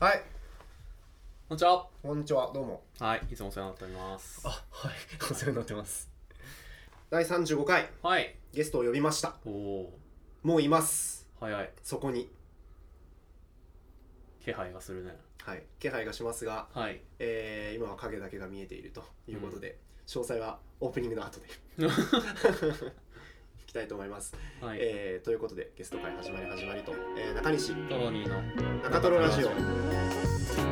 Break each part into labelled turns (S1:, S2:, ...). S1: はい、
S2: こんにちは。
S1: こんにちは、どうも。
S2: はい、いつもお世話になっております。
S3: あはい お世話になってます
S1: 第35回、
S2: はい。
S1: ゲストを呼びました。
S2: おお
S1: もういます。
S2: ー、早い。
S1: そこに。
S2: 気配がするね。
S1: はい、気配がしますが、
S2: はい。
S1: えー、今は影だけが見えているということで、詳細はオープニングの 後で 聞きたいと思います。
S2: はい。
S1: えー、ということで、ゲスト会始まり始まりと、えー、中西、
S2: トロニーの。
S1: 中トロラジオ。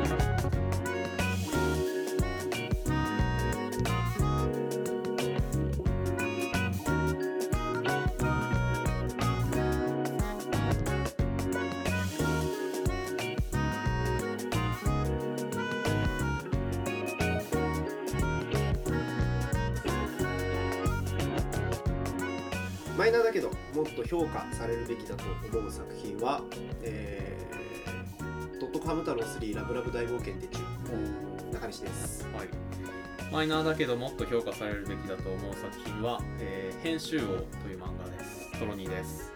S1: マイナーだけどもっと評価されるべきだと思う作品は「えー、ドットカム太郎3ラブラブ大冒険」で中中西です、
S2: はい。マイナーだけどもっと評価されるべきだと思う作品は、えー、編集王という漫画です。トロニーです。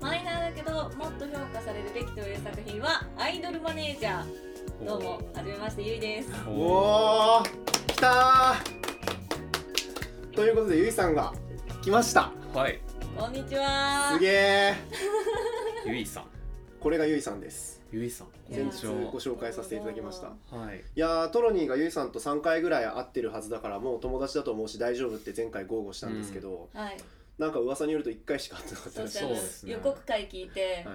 S4: マイナーだけどもっと評価されるべきという作品は「アイドルマネージャー」どうもはじめましてゆいです
S2: お
S1: お
S2: お
S1: おー来たーということでゆいさんが来ました
S2: ー。はい。
S4: こんにちは
S1: すげえ
S2: ゆいさん。
S1: これがゆいさんです
S2: ゆいさん。
S4: いや
S1: 前
S4: ー
S1: 日ご紹介させていただきました
S2: はい。
S1: いやートロニーがゆいさんと3回ぐらい会ってるはずだからもう友達だと思うし大丈夫って前回豪語したんですけど、
S4: はい
S1: なんか噂によると1回しか会ってなかった
S4: そ
S1: ら
S4: う
S1: し
S4: し
S1: い
S4: た
S2: そう
S4: ら
S2: ですね
S4: 予告会聞いて、
S1: はい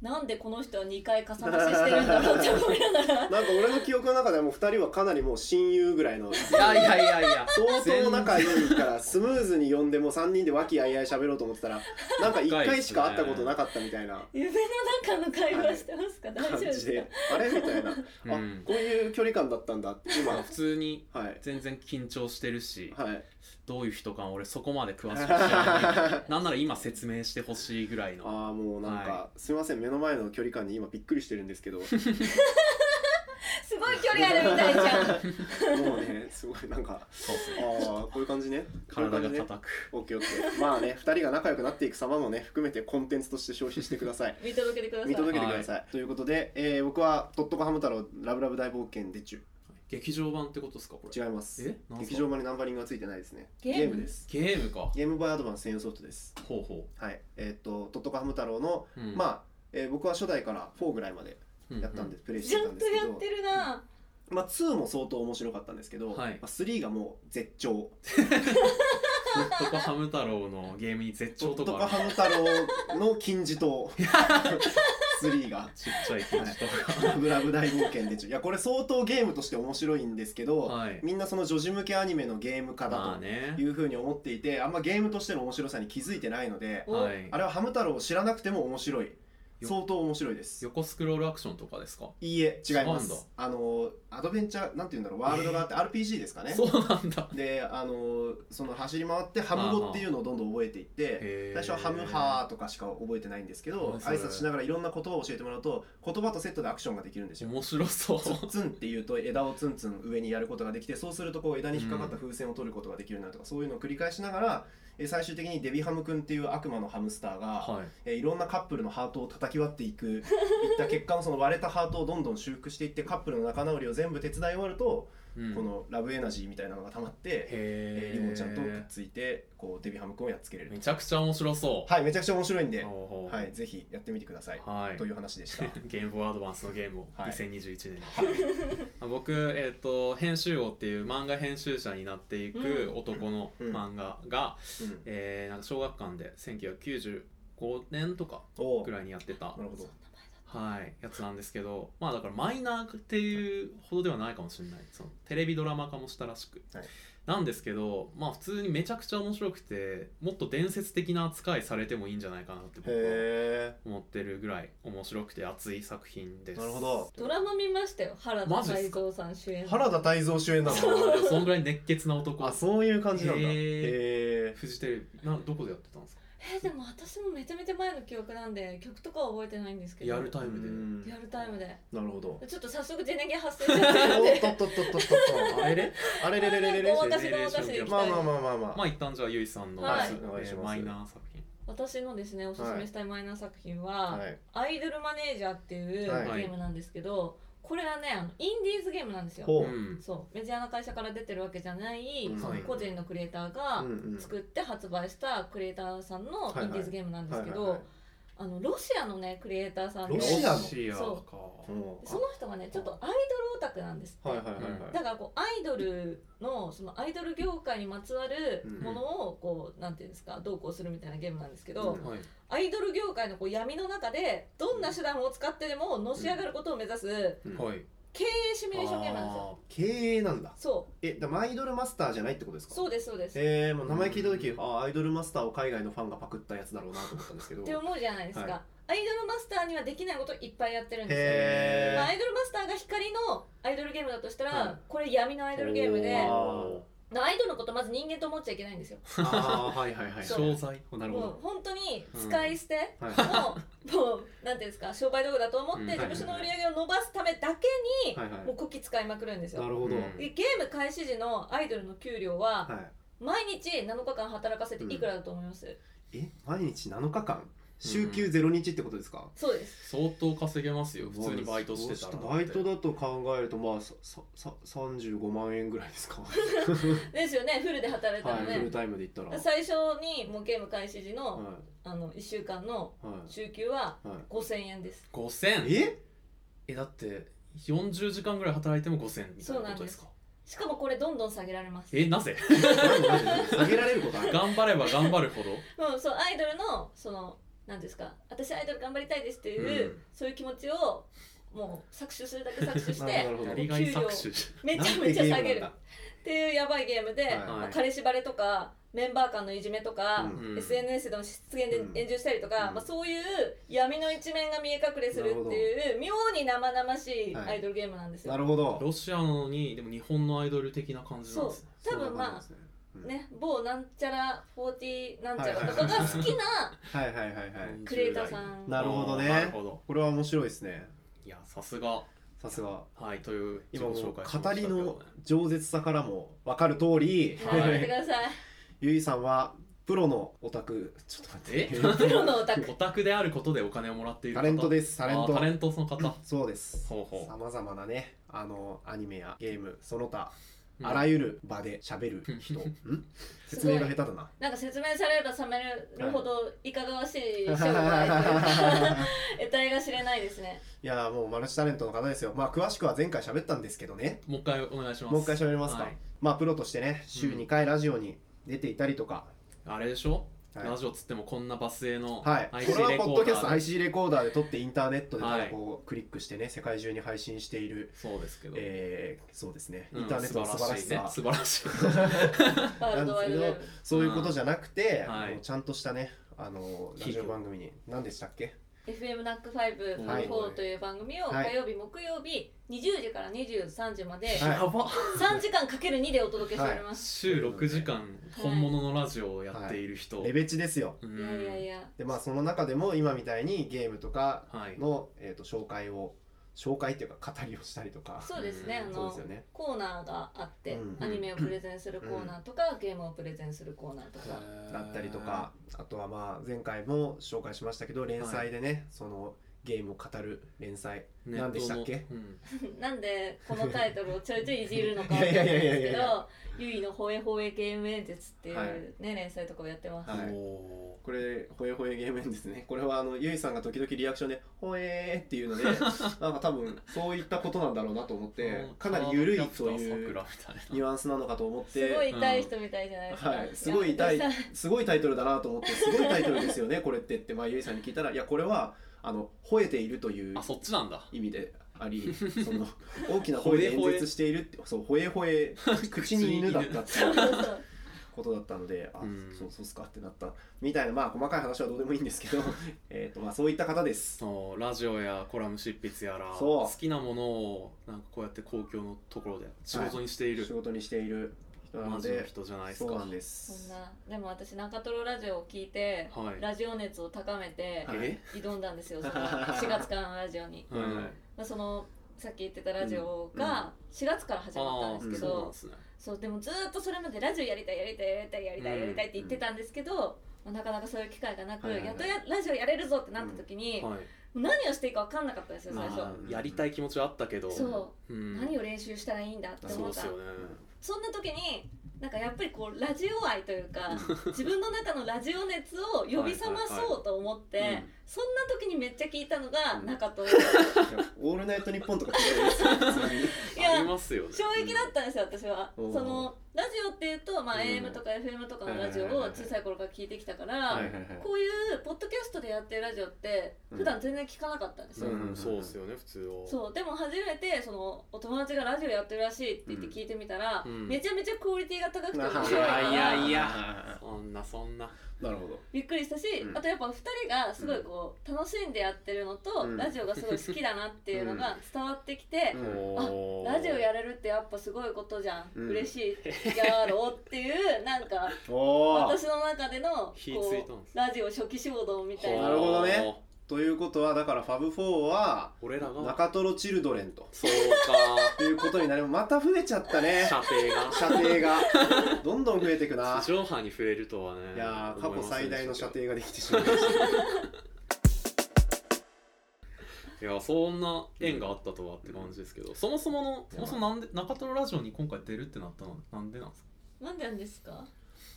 S4: なんでこの人は2回重なししてるんだろうって思いなが ら
S1: なんか俺の記憶の中ではもう2人はかなりもう親友ぐらいの
S2: いやいやいやいや。
S1: 相当仲良いからスムーズに呼んでもう3人で和気あいあい喋ろうと思ってたら なんか1回しか会ったことなかったみたいな
S4: 夢の中の会話してますか、大丈
S1: 感
S4: 夫で
S1: じ
S4: す か
S1: であれみたいなあ
S2: うん
S1: こういう距離感だったんだって今
S2: まあ
S1: は
S2: 普通に
S1: い
S2: 全然緊張してるし、
S1: はい
S2: どういう人か俺そこまで詳しく知ら ない。なんなら今説明してほしいぐらいの。
S1: ああもうなん
S2: は
S1: かすいません目の前の距離感に今びっくりしてるんですけ ども
S4: すごい距離あるみたいじゃん
S1: うねすごいなんか
S2: そうっす
S1: あ
S2: ね
S1: あこういう感じねこういう感
S2: 体
S1: じ
S2: が
S1: ね
S2: 硬く。
S1: オッケーオッケーまあね2人が仲良くなっていく様もね含めてコンテンツとして消費してくだ さい
S4: 見届けてください
S1: 見届けてください、ということで、えー僕は「とっとこハム太郎ラブラブ大冒険でちゅ
S2: 劇場版ってことですかこ」れ
S1: 違います
S2: えなんすか
S1: 劇場版にナンバリングがついてないですね
S4: ゲーム
S1: です
S2: ゲームか
S1: ゲームバイアドバンス専用ソフトです
S2: ほうほ
S1: はいえーっと「とっとこハム太郎の」
S2: う、うん
S1: まあ、えー僕は初代から4ぐらいまで
S2: あ
S1: やったんで、プレイし
S4: ち
S1: て
S4: ゃ
S1: たん
S4: ん
S1: で
S4: と
S1: すけ
S4: や
S1: ど
S4: ってるな
S1: まあ、2も相当面白かったんですけど、
S2: はい
S1: まあ、3がもう絶頂
S2: うんとかハム太郎のゲームに絶
S1: と
S2: 頂
S1: っ
S2: と
S1: とこ
S2: かある
S1: ハム太郎の金字塔 3が
S2: ちっちゃい禁止とか
S1: ラブラブ大冒険でちゅいやこれ相当ゲームとして面白いんですけど、
S2: はい
S1: みんなその女児向けアニメのゲーム化
S2: ま
S1: だ
S2: あね
S1: というふうに思っていてあんまゲームとしての面白さに気づいてないので
S4: お
S2: はい
S1: あれはハム太郎を知らなくても面白い相当面白いです
S2: 横スクロールアクションとかですか
S1: いいえ違いま
S2: そうなん
S1: すあのアドベンチャーなんて言うんだろうワールドがあって RPG ですかね
S2: そうなんだ
S1: であのその走り回ってハム語っていうのをどんどん覚えていって
S2: 最
S1: 最初はハムハーとかしか覚えてないんですけど
S2: あそれ
S1: 挨拶しながらいろんな言葉を教えてもらうと言葉とセットでアクションができるんですよ
S2: 面白そう
S1: ツンツンっていうと枝をツンツン上にやることができてそうするとこう枝に引っかかった風船を取ることができるようになるとか、そういうのを繰り返しながらえー最終的にデビハム君っていう悪魔のハムスターが、
S2: はい
S1: えーいろんなカップルのハートを叩き割っていくいった結果のその割れたハートをどんどん修復していってカップルの仲直りを全部手伝い終わると、
S2: うん
S1: このラブエナジーみたいなのが溜まって、え
S2: へ
S1: ーリボンちゃんとくっ
S2: え
S1: ついてこうデビハム君をやっつけれる
S2: めちゃくちゃ面白そう
S1: はいめちゃくちゃ面白いんで、
S2: ほうほう
S1: はい、ぜひやってみてください、
S2: はい
S1: という話でした。
S2: ゲームボーイアドバンスのゲームを
S1: はい
S2: 2021年に、僕、 えー、と編集王っていう漫画編集者になっていく男の漫画が、
S1: うん、
S2: えーなんか小学館で1995年とか
S1: おー
S2: ぐらいにやってた
S1: な、るほど
S2: はい、やつなんですけどまあだからマイナーっていうほどではないかもしれないそのテレビドラマ化もしたらしく、
S1: はい
S2: なんですけどまあ普通にめちゃくちゃ面白くてもっと伝説的な扱いされてもいいんじゃないかなって僕は
S1: へ
S2: 思ってるぐらい面白くて熱い作品で
S1: え
S2: す
S1: なるほど
S4: ドラマ見ましたよ原田
S2: マジっ
S4: 泰
S2: すか
S4: 造さん主演
S1: 原田泰造主演な
S2: あ
S1: の
S2: ーでもそんぐらい熱血な男
S1: あそういう感じなんだ
S2: へ
S1: へ
S2: ー
S1: え
S2: フジテレビなどこでやってたんですか
S4: えでも私もめちゃめちゃ前の記憶なんで曲とかは覚えてないんですけど
S2: リアルタイム
S4: リアルタイムで
S1: なるほど
S4: ちょっと早速ジェネギ発生しちゃっ
S1: お
S4: てるん
S1: っとっとっと
S4: で
S1: っとっとっ
S2: で
S1: と
S2: あれれ
S1: あれれれれれれ
S4: ごまかしごまかしでいきたい
S1: まあまあまあまあまあ
S2: まあ一旦じゃあゆいさんの、
S4: はい
S2: えー
S1: お願いします
S2: マイナー作品
S4: 私のですねおすすめしたいマイナー作品は、
S1: はい
S4: アイドルマネージャーっていうゲ
S1: はい
S4: ームなんですけど、これはねあのインディーズゲームなんですよ。
S1: ほう
S2: うん
S4: そうメジャーな会社から出てるわけじゃない、
S1: うん
S4: その個人のクリエイターが
S1: うんうん
S4: 作って発売したクリエイターさんのインディーズゲームなんですけ
S1: はいはい
S4: ど
S1: はい
S4: あのロシアのねクリエイターさんで
S1: ロシアの
S2: ロシアか
S1: うん
S4: その人がねちょっとアイドルオタクなんですって、
S1: はいはいはいはい
S4: だからこうアイドルのそのアイドル業界にまつわる
S1: うん
S4: ものをこうなんていうんですかどうこうするみたいなゲームなんですけど、
S1: うん
S2: はい
S4: アイドル業界のこう闇の中でどんな手段を使ってでものし上がることを目指す
S1: うん
S2: はい
S4: 経営シミュレーションゲームなんですよ。
S1: あー経営なんだ
S4: そ
S1: えだマイドルマスターじゃないってことです
S4: う
S1: か
S4: そうですそうです、
S1: えー、もう名前聞いた時、
S2: うん
S1: ああアイドルマスターを海外のファンがパクったやつだろうなと思ったんですけど
S4: って思うじゃないですか、
S1: は
S4: アイドルマスターにはできないこといっぱいやってるんですよ。
S1: へ
S4: まあ、ア
S1: ー
S4: イドルマスターが光のアイドルゲームだとしたら、
S1: はい
S4: これ闇のアイドルゲームで
S1: おー
S4: アイドルのことまず人間と思っちゃいけないんですよ。
S1: あーはいはいはい
S4: そう
S2: 詳細
S1: なるほ
S4: もう
S1: ど
S4: 本当に使い捨て
S1: はい
S4: の、もうなんていうんですか商売道具だと思って
S2: うん
S4: 事務所の売り上げを伸ばすためだけに、
S1: はいは
S4: もう
S1: い
S4: こき使いまくるんです
S1: な
S4: よ。
S1: るほど、
S2: うん
S4: でゲーム開始時のアイドルの給料は、
S1: はい
S4: 毎日7日間働かせていくらだと思います、
S1: え毎日7日間週休0日ってことですか、
S4: そうです
S2: 相当稼げますよ普通にバイトしてたら
S1: バイトだと考えるとまあさささ35万円ぐらいですかは
S4: ですよねフルで働いたの
S1: いフル
S4: ね、
S1: タイムで言ったら
S4: 最初にもうゲーム開始時の,、
S1: は
S4: あの1週間の
S1: いはい
S4: 週給は
S1: は
S4: 5000円です
S2: 5000
S1: いえ
S2: えだって40時間ぐらい働いても5000みたいなことですか
S4: しかもこれどんどん下げられます
S2: えなぜ
S1: 何何何下げられることある
S2: 頑張れば頑張るほど
S4: うん、そうアイドルのその何ですか私アイドル頑張りたいですってい
S2: う
S4: う、
S2: ん
S4: そういう気持ちをもう搾取するだけ搾取 し
S1: なる
S4: て
S1: ほど
S2: や
S1: な
S2: り
S1: る
S2: がい搾取
S4: めちゃ
S1: ほど
S4: めちゃ下げる
S1: なんてゲームなんだ
S4: っていうやばいゲームで、
S1: はい
S4: ま
S2: は
S4: あ、
S2: い
S4: 彼氏バレとかメンバー間のいじめとか、
S1: うん
S2: うん
S4: SNS での失言で
S1: うん
S4: 炎上したりとか、
S1: うん
S4: まあ、そういう闇の一面が見え隠れするっていう妙に生々しい
S1: はい
S4: アイドルゲームなんですよ。
S1: なるほど
S2: ロシアなのにでも日本のアイドル的な感じなんですね
S4: 多分まあ
S1: そうなんですね
S4: ね、某なんちゃら40なんちゃらと
S1: は
S4: か
S1: いは
S4: が
S1: いはい
S4: 好きな
S1: うんはいはいはいはい
S4: クリエイターさん
S1: なるほどね
S2: なるほど
S1: これは面白いですね
S2: いやさすが
S1: さすが
S2: はいという自己
S1: 今もう
S2: 紹介しました
S1: 語
S2: け
S1: り
S2: ど
S1: の饒舌さからも分かる通り、
S2: はい
S4: やめてください。
S1: ゆいさんはプロのオタクちょっと待って
S2: え
S4: プロのオタク
S2: オタクであることでお金をもらっている
S1: タレント
S2: す
S1: ですタレント
S2: タレントの方
S1: そうです
S2: ほうほう
S1: さまざまなねあのアニメやゲームその他
S2: うん
S1: あらゆる場で喋る 人、ん説明が下手だな
S4: なんか説明されれば冷めるほどいかがわしい商売という
S1: い
S4: か得体が知れないです ね。
S1: やもうマルチタレントの方ですよまあ詳しくは前回喋ったんですけどね
S2: もう一回お願いします
S1: もう一回喋りますか、
S2: はい
S1: まあプロとしてね週2回ラジオに出ていたりとか、
S2: あれでしょ
S1: はい
S2: ラジオっつってもこんなバスへの
S1: はい、
S2: IC
S1: これ
S2: レ
S1: はポ
S2: コ
S1: ッド
S2: ー
S1: キャス
S2: ダ
S1: ト
S2: ーで
S1: IC レコーダーで撮ってインターネットでた
S2: は
S1: だ
S2: い
S1: こうクリックしてね世界中に配信している、
S2: そうですけど
S1: えーそうですね
S2: う
S1: イ
S2: ん
S1: ンターネットの素晴らしさ、
S2: 素晴らしいね素晴らし
S4: ワールドワイドウェブ。
S1: そういうことじゃなくて、
S2: うんはい
S1: あのちゃんとしたねあのラジオ番組に何でしたっけ
S4: FM ナックファイブ
S2: はい
S4: 4という番組を
S1: はい
S4: 火曜日、木曜日20時から23時まで
S2: い
S1: はい
S2: やば
S4: 3時間かける2でお届けしております。
S2: 週6時間本物のラジオをやっている人
S1: レベチですよ
S2: うん
S4: いやいやいや。
S1: でまあその中でも今みたいにゲームとか
S2: はい
S1: の、えー、と紹介を紹介っていうか語りをしたりとか
S4: そうですね。あ
S2: うん
S1: そうで
S4: の
S1: すよね
S4: コーナーがあって
S1: うん
S4: アニメをプレゼンするコーナーとかゲームをプレゼンするコーナーとか。
S1: だったりとかあとはまあ前回も紹介しましたけど連載でね、そのゲームを語る連載
S2: ネットの
S1: 何でしたっけ
S2: うん
S4: なんでこのタイトルをちょいちょいいじるのかわ
S1: い
S4: か
S1: や
S4: ん
S1: い
S4: な
S1: や
S4: い
S1: い
S4: ん
S1: やいやい
S4: ですけ
S1: や
S4: ど、ゆいのほえほえゲーム演説っていう
S1: はい
S4: ね連載とかをやってます。
S1: はい
S2: お
S1: これほえほえゲームですねこれはあのゆいさんが時々リアクションで「ほえー」っていう のでなんか多分そういったことなんだろうなと思っ
S2: ー
S1: てかなり緩いと
S2: キャ
S1: いう
S2: プターさくらみたい
S1: ニ
S2: な
S1: ュアンスなのかと思っ
S4: す
S1: て
S4: ごい痛い人みたいじゃないですか。
S1: はい、すごい痛い
S4: や
S1: すごいタイトルだなと思ってすごいタイトルですよねこれってって、まあ、ゆいさんに聞いたらいやこれはあの吠えているという
S2: あそっちなんだ
S1: 意味でありその大きな声で演説しているってそう吠え吠え口に犬だったっていう
S4: そうそう
S1: ことだったのであ
S2: うん
S1: そうそうっすかってなったみたいなまあ細かい話はどうでもいいんですけどえーと、まあ、そういった方です。
S2: そうラジオやコラム執筆やら
S1: そう
S2: 好きなものをなんかこうやって公共のところで仕事にしてい
S1: 仕
S2: る、
S1: 事にしている人な
S2: マ
S1: の
S2: ジの
S1: で
S2: 人じゃないです
S1: そう
S2: か
S1: なんで
S4: そん
S1: す。
S4: なでも私中トロラジオを聞いて、
S2: はい
S4: ラジオ熱を高めて
S1: はい
S2: え
S4: 挑んだんですよその4月からのラジオに、
S2: はい
S1: うん
S4: まあ、そのさっき言ってたラジオが4月から始まったんですけ
S2: あーそう
S4: ど、
S2: なんですね
S4: そうでもずっとそれまでラジオやりたいやりたいやりたいやりたいやりたいって言ってたんですけど、まあなかなかそういう機会がなく、
S2: はいはいはい
S4: やっとやラジオやれるぞってなった時に、
S2: はい
S4: もう何をしていいか分かんなかったんですよ最初、
S2: まあ、やりたい気持ちはあったけど、
S4: そう
S2: ん、
S4: 何を練習したらいいんだって
S2: そう
S4: 思っ
S2: で
S4: た
S2: すよね
S4: そんな時になんかやっぱりこうラジオ愛というか自分の中のラジオ熱を呼び覚まそうと思って、
S2: はいはいはいうん
S4: そんな時にめっちゃ聞いたのが
S1: うん
S4: 中と、
S1: オールナイトニッポンとか嫌いですよ普通に
S4: いや
S2: ありますよね
S4: 衝撃だったんですよ私はそ
S1: おー
S4: のラジオっていうと、まあ、
S2: うん
S4: AM とか FM とかのラジオを
S1: はいはいはいはい
S4: 小さい頃から聞いてきたから、
S1: はいはいはい
S4: こういうポッドキャストでやってるラジオって
S1: うん
S4: 普段全然聞かなかったんです
S2: う
S4: よ、
S2: ん、そうですよね普通は
S4: そうでも初めてそのお友達がラジオやってるらしいって言って聞いてみたら、
S2: うん
S4: めちゃめちゃクオリティが高くて面白
S1: い
S4: いから
S2: いやいや
S3: や
S2: そんなそんな
S3: なるほど
S4: びっくりしたし、
S1: うん
S4: あとやっぱ2人がすごいこう楽しんでやってるのと、
S1: うん
S4: ラジオがすごい好きだなっていうのが伝わってきて、
S1: うん
S2: おー
S4: ラジオやれるってやっぱすごいことじゃん、
S1: うん
S4: 嬉し いやろうっていうなんか
S1: おー
S4: 私の中での
S2: 火ついたん
S4: こ
S2: です
S4: うラジオ初期衝動みたい
S1: な
S4: な
S1: るほどねということはだからファブ4は
S2: 俺らが
S1: 中トロチルドレンと
S2: そう
S1: ということになりまた増えちゃったね
S2: か射
S1: 射
S2: 程
S1: 程がどんどん増えていくな
S2: が地上波に触れるとはね
S1: いやー過
S2: 思い
S1: 去
S2: ませ
S1: 最
S2: んで
S1: 大の
S2: した
S1: 射
S2: けど
S1: 程ができてしまいました
S2: いやそんな縁があったとはって感じですけど、そもそものそもそもなんで中トロラジオに今回出るってなったのはなんでなんですか
S4: なんでなんですか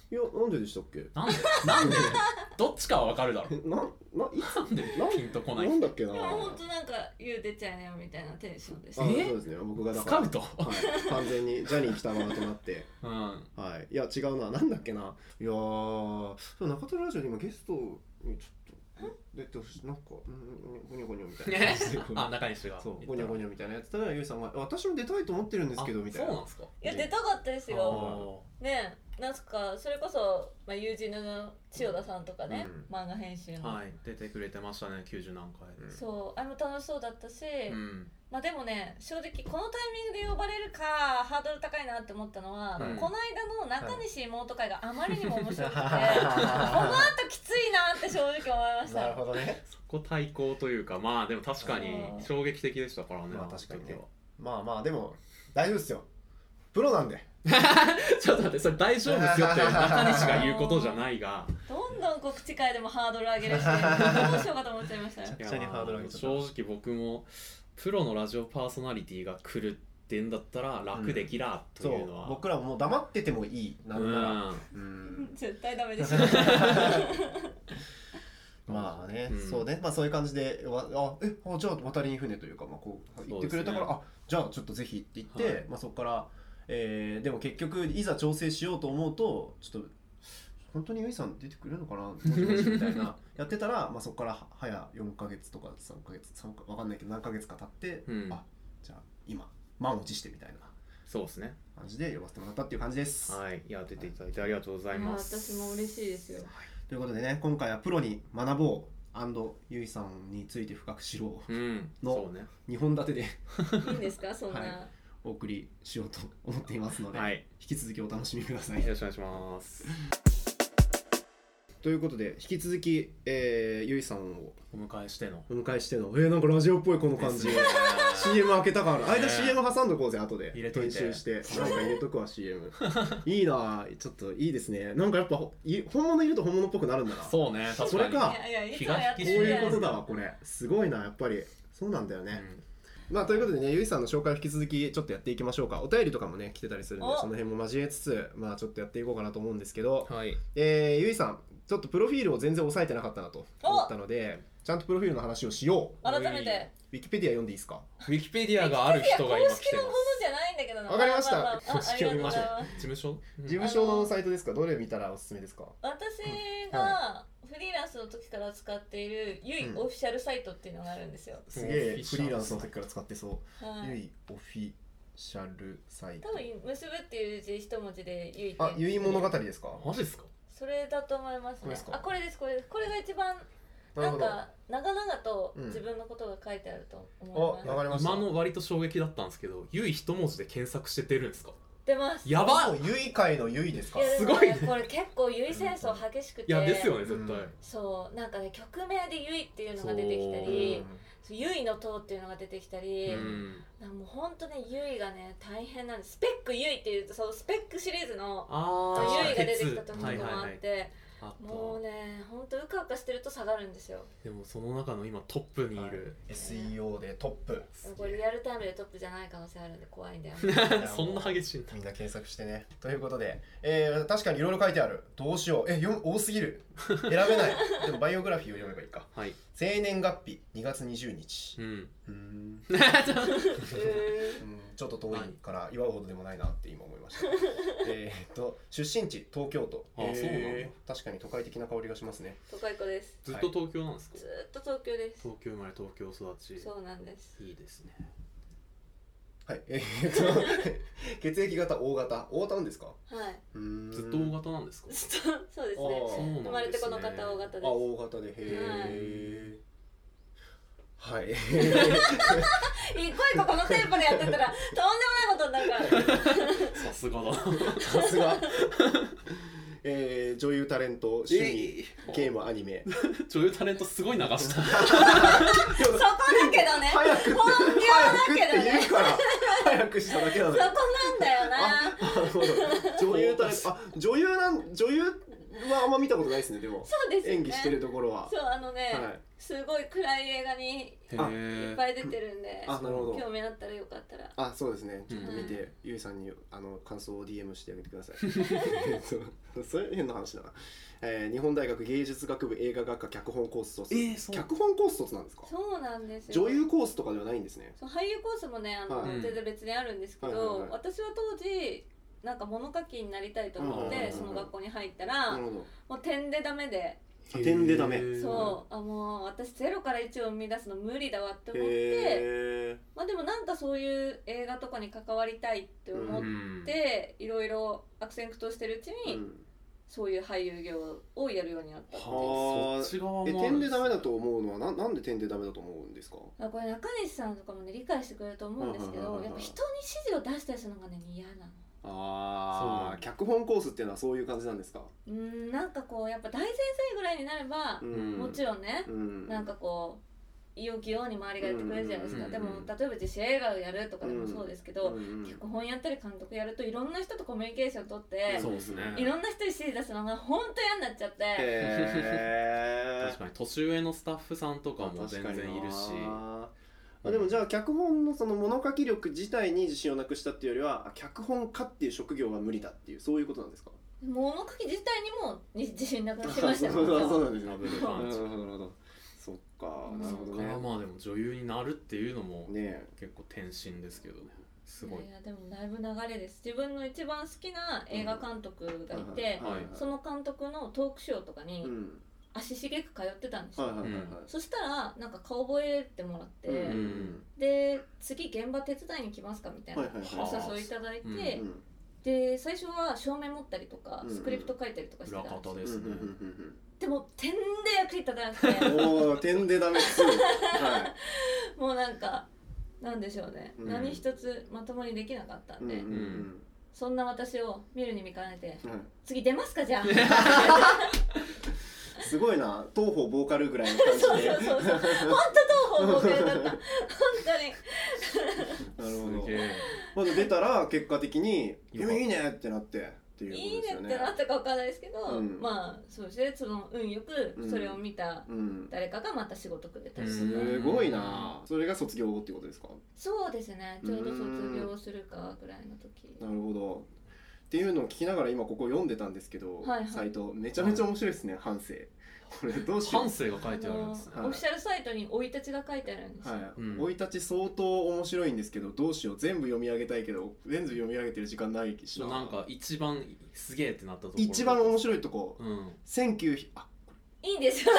S1: いやなんででしたっけ
S2: なんでな んでどっちかはわかるだろ
S1: えなないう
S2: なんでピンとこない
S1: なんだっけ
S4: で
S1: な
S4: も本当なんか言う出ちゃいなよみたいなテンションでし
S1: あ
S4: た
S1: そう
S2: え
S1: ですね僕がだ
S2: ス
S1: から
S2: カウト
S1: はい、完全にジャニー喜多川となって
S2: うん
S1: はいいや違うななんだっけないやーそう中田ラジオで今ゲストにちょっと出てほしいなんかうんゴニョゴニョみたいな
S2: ねあ中西が
S1: そうゴニョゴニョみたいなやつたらゆいさんが私も出たいと思ってるんですけどみたい
S2: あ
S1: な
S2: そうなんですか
S4: いや出たかったです
S2: あ
S4: よ
S2: ー
S4: ねえなんかそれこそ、まあ、友人の千代田さんとかね、
S1: うん
S4: 漫画編集の、
S2: はい出てくれてましたね90何回
S1: うん
S4: そうあれも楽しそうだったし、
S2: うん
S4: まあでもね正直このタイミングで呼ばれるかハードル高いなって思ったのは、
S2: うん
S4: この間の中西妹会があまりにも面白くて、この
S1: は
S4: 後きついなって正直思いまし た
S1: なるほどね
S2: そこ対抗というかまあでも確かに
S4: うん
S2: 衝撃的でしたからね、
S1: まあ
S2: の時
S1: 確かに
S2: は
S1: ねまあまあでも大丈夫ですよプロなんで
S2: ちょっと待ってそれ大丈夫ですよ って中西が言うことじゃないが
S4: どんどん告知会でもハードル上げるしどうしようかと思っちゃいまし たよ
S1: めちゃくちゃにハードル上げちゃった
S2: いやー正直僕もプロのラジオパーソナリティが来るってんだったら楽できらと
S1: そ
S2: いう
S1: う
S2: のは、
S1: 僕らももう黙っててもいいなんなら
S2: うん
S1: うん
S4: 絶対ダメでしょ
S1: まあね、
S2: うん
S1: そうね、まあそういう感じで、わあえあじゃあ渡りに船というか、まあ、こう言ってくれたから、
S2: そ
S1: あじゃあちょっとぜひって言って、
S2: はい
S1: まあ、そこから、えーでも結局、いざ調整しようと思うと、ちょっと、本当にゆいさん出てくれるのかな、もしもしみたい な、やってたら、まあ、そこからは早4か月とか3か月、三かわかんないけど、何か月か経って、
S2: うん
S1: あじゃあ今、満を持してみたいな
S2: そうですね
S1: 感じで呼ばせてもらったっていう感じです。
S2: はいいや出ていただいてありがとうございます
S4: しいですよ
S1: ということでね、今回はプロに学ぼうゆいさんについて深く知ろう。
S2: うん
S1: の
S2: そうね
S1: 2本立てで
S4: いいんですかそんな、
S1: はいお送りしようと思っていますので、
S2: はい
S1: 引き続きお楽しみください
S2: よ。ろしくお願いします
S1: ということで引き続き、えー、ゆいさんを
S2: お迎えしての
S1: お迎えしてのえー、なんかラジオっぽいこの感 じ
S2: ですね
S1: CM 開けたから間
S2: ね
S1: CM 挟んどこうぜ後で
S2: 入れといて
S1: 編集 してなんか入れとくわ CM いいなあちょっといいですねなんかやっぱほい本物いると本物っぽくなるんだなこ
S2: そうね確かに
S1: それかあ
S4: いやいやいつも
S2: 気が
S4: やっ
S2: 引
S4: て
S2: き
S1: う
S2: 締
S4: る
S2: め
S1: い
S4: や
S1: うことだわこれすごいなやっぱりそうなんだよ
S2: う
S1: ね、
S2: ん
S1: まあということでねゆいさんの紹介を引き続きちょっとやっていきましょうかお便りとかもね来てたりするんで
S4: お
S1: その辺も交えつつまあちょっとやっていこうかなと思うんですけど
S2: はい
S1: えー、ゆいさんちょっとプロフィールを全然押さえてなかったなと
S4: お
S1: 思ったのでちゃんとプロフィールの話をしよう
S4: 改めて
S1: ウィキペディア読んでいいですか
S2: ウィキペディアがある人が
S4: いや
S2: 今
S4: 公
S2: 来
S4: 式
S2: て
S4: の
S2: ま
S4: もの
S2: す
S4: じゃないんだけどな
S1: わかりました
S4: ああああ
S2: 公式
S4: ありがとうござい
S2: を
S4: ます
S2: 事務所うん
S1: 事務所のサイトですかどれ見たらおすすめですか
S4: 私がフリーランスの時から使っているゆい
S1: うん
S4: オフィシャルサイトっていうのがあるんですよ、
S1: すげ
S2: オフ
S1: え
S2: ィシ
S1: フ
S2: ャル
S1: リーランスの時から使ってそう、
S4: はい
S1: ゆいオフィシャルサイト
S4: 多分結ぶっていう字一文字でゆいって
S1: あゆい物語ですか
S2: マジですか
S4: それだと思います
S1: これ
S4: ね
S1: ですか
S4: あこれですこれですこれが一
S1: な
S4: 番
S1: る
S4: な
S1: ほ
S4: ん
S1: ど
S4: か長々と
S1: うん
S4: 自分のことが書いてあると思
S1: お
S4: います、
S1: 流れました
S2: 今の割と衝撃だったんですけど「ゆい」一文字で検索して出るんですか
S4: 出ます
S2: やばっい
S1: もうゆい界のゆいですか
S4: いや
S2: すごいね
S4: でもねこれ結構ゆい戦争激しくて
S2: やですよね絶対、
S1: うん
S4: そうなんかね曲名で「ゆい」っていうのが出てきたり「ゆいの塔」っていうのが出てきたり、
S2: うん
S4: なんかもうほんとねゆいがね大変なんですスペックゆいっていうとそのスペックシリーズの
S2: あ
S4: ゆ
S2: あ
S4: いが出てきた時とかもあって、
S2: はいはいはいあった
S4: もうねほんとうかうかしてると下がるんですよ
S2: でもその中の今トップにい
S5: はい
S2: る、
S1: SEO でトップ
S4: これリアルタイムでトップじゃない可能性あるんで怖いん だよ
S1: や
S2: そんな激しいんだ
S1: みんな検索してねということで、えー確かにいろいろ書いてあるどうしようえよ多すぎる選べ ないでもバイオグラフィーを読めばいいか
S2: はい
S1: 生年月日2月20日
S2: う、ん
S5: うーん
S1: うん、ちょっと遠いから祝うほどでもないなって今思いま したえーっと出身地東京都
S2: あそうなんだ
S1: 確かに都会的な香りがしますね
S4: 都会っ子です
S2: ずっと東京なんですか、
S4: ずーっと東京です
S2: 東京生まれ東京育ち
S4: そうなんです
S2: いいですね
S1: はいえーっ と血液型 O 型 O 型なんですか
S4: はいう
S1: ーん
S2: ずっと大型なんですか
S4: ずっとそうですね
S1: あーそうなん
S2: ですね
S4: 生まれてこの方大型で
S1: あ、
S4: す
S1: 大型で、へえ。はい。
S4: 一個一個このテンポでやってたらとんでもない ことになるから
S2: さすがだ
S1: さすが。 えー、女優タレント、趣味、
S2: えー
S1: ゲーム、アニメ。
S2: 女優タレントすごい流 した
S4: そこだけどね
S1: 早くって、
S4: 本業だ
S1: 早く
S4: け
S1: っ
S4: ど
S1: て言
S4: ね
S1: うから、早くしただけな
S4: そ
S1: の
S4: こ
S1: よ。
S4: なんだよな
S1: あ、なるほど。女優タレント、あ、女優なん、女優はあんま見たことないですね、でも。
S4: そうですよね
S1: 演技してるところは。
S4: そうあのね、
S1: はい。
S4: すごい暗い映画に
S2: へ
S1: あ
S4: いっ
S2: え
S4: ぱい出てるんで
S1: あ、なるほ
S4: 興
S1: ど。
S4: 味あったらよかったら
S1: あ、そうですね。ちょっと見て、
S4: うん
S1: ゆいさんにあの感想を DM してあげてくだ さい。えっとそれ変な話だな、えー日本大学芸術学部映画学科脚本コース卒。
S2: えー、そう
S1: 脚本コース卒なんですか
S4: そうなんですよ
S1: 女優コースとかではないんですね。
S4: そう俳優コースもねあの、
S1: はい
S4: 全然別にあるんですけど、
S1: はいはいはい
S4: 私は当時なんか物書きになりたいと思って、
S2: うんうんうん
S4: その学校に入ったら、
S1: なるほど。
S4: もう点でダメで、
S1: あ点でダメ
S2: へー
S4: そうあもう私ゼロから1を生み出すの無理だわって思って、
S1: へ
S4: まあ、でもなんかそういう映画とかに関わりたいって思っ
S2: ん
S4: て、いろいろ悪戦苦闘してるうちに、
S1: うん
S4: そういう俳優業をやるようになったっていう
S1: はあ
S2: そっち側もあ
S1: え
S2: るん
S1: 点ですダメだと思うのはななんで点でダメだと思うんですか
S4: あこれ中西さんとかもね理解してくれると思うんですけ
S1: うんうんうん
S4: ど
S1: うん
S4: やっぱ人に指示を出したりするのがね嫌なの。
S1: あ
S2: そう
S1: あ脚本コースっていうのはそういう感じなんですか
S4: うーんなんかこうやっぱ大先生ぐらいになれば
S1: う、
S2: ん
S4: もちろんね
S1: う、ん
S4: なんかこう良きように周りがやってくれるじゃないですか、
S2: うん
S4: でも例えば自主映画をやるとかでもそうですけ
S1: う
S4: ど、
S1: んうん
S4: 脚本やったり監督やるといろんな人とコミュニケーション取って、
S2: そうですね
S1: うん
S4: いろんな人に指示出すのが本当嫌になっちゃって、
S1: へー
S2: 確かに年上のスタッフさんとかも全然い
S1: 確
S2: るし
S1: かになあでもじゃあ脚本のその物書き力自体に自信をなくしたっていうよりはあ脚本家っていう職業は無理だっていうそういうことなんですか
S4: 物書き自体にもに自信なくなって
S1: あ
S4: まし
S1: そ
S4: た
S1: う
S4: よ
S1: そうそう
S4: 私
S1: なんですね
S2: ダブルパンチ
S1: なるほどなるほどそっか
S4: うん
S1: なるほど
S2: そこから
S1: ね
S2: まあでも女優になるっていうのも
S1: ねえ
S2: 結構転身ですけどねすごい
S4: いやいやでもだいぶ流れです自分の一番好きな映画監督がいて、
S2: はいはい
S4: その監督のトークショーとかに
S1: うん
S4: 足しげく通ってたんです
S1: は
S4: よ、
S1: いはいはいはい
S4: そしたらなんか顔覚えてもらって、
S1: うん
S4: で次現場手伝いに来ますかみたいな、
S1: はいはい
S2: はあ
S4: お誘いいただいて、
S2: うん
S1: うん
S4: で最初は照明持ったりとか、
S1: うんうん
S4: スクリプト書いたりとかしてた
S2: 裏
S4: んですよ
S2: 方で
S1: うん
S2: すね
S1: うんうん
S4: でも点で役に立たなく
S1: う
S4: て
S1: んうんおお点でダメっすは
S4: もうなんかなんでしょうね、
S1: うん
S4: 何一つまともにできなかった
S1: いうんん
S4: で、
S1: うんうん
S4: そんな私を見るに見かねて
S1: はい
S4: 「次出ますかじゃあ」
S1: すごいな東方ボーカルぐらいの感じで
S4: そうそうそうそう本当どう方向だった本当
S1: な
S4: に
S1: るほど
S2: すげえ
S1: まず出たら結果的に「い
S2: よ
S1: や
S2: かった
S1: いいね!」ってなってっていう
S4: いい
S1: こ
S4: ね
S1: と
S4: っ
S1: ですよ
S4: てな
S1: ね
S4: ったかわかんないですけど、
S1: うん
S4: まあそうですねその運よくそれを見た
S1: うん
S4: 誰かがまた仕事くれたりす
S2: うん
S1: すごいなそれが卒業後ってことですか
S4: そうですねちょうど卒業するかぐらいの時
S1: なるほどっていうのを聞きながら今ここ読んでたんですけど、
S4: はいはい
S1: サイトめちゃめちゃ面白いですね反省これどうしよう
S2: 感性が書いてあるんですね
S4: あのオフィシャルサイトに生い立ちが書いてあるんですよ、
S1: はい
S2: うん
S1: 生い立ち相当面白いんですけどどうしよう全部読み上げたいけど全部読み上げてる時間ないしな
S2: なんか一番すげえってなったところ
S1: 一番面白いとこ
S2: うん
S1: 1900あ
S4: い、いんですよ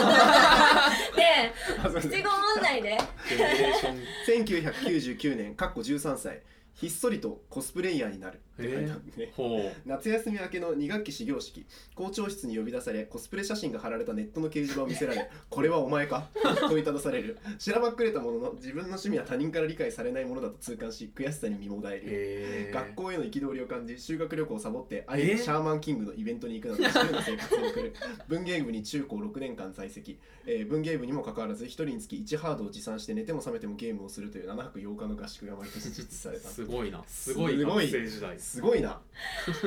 S4: ねえ
S1: あすいません
S4: 七五問題で
S2: ジェネレーション
S1: 1999年かっこ13歳ひっそりとコスプレイヤーになるって書いてあるんで、ね
S2: ほう
S1: 夏休み明けの2学期始業式校長室に呼び出されコスプレ写真が貼られたネットの掲示板を見せら れ「これはお前か?」と問いただされるしらばっくれたものの自分の趣味は他人から理解されないものだと痛感し悔しさに身もだえる
S2: へえ
S1: 学校への憤りを感じ修学旅行をサボってあ
S2: え
S1: え
S2: ー
S1: シャーマンキングのイベントに行くなど自由な生活を 送る文芸部に中高6年間在籍、えー文芸部にもかかわらず1人につき1ハードを持参して寝ても覚めてもゲームをするという7泊8日の合宿が毎年実施された
S2: すごいなすごい
S1: すご
S2: 学
S1: い
S2: 生時代
S1: すごいな、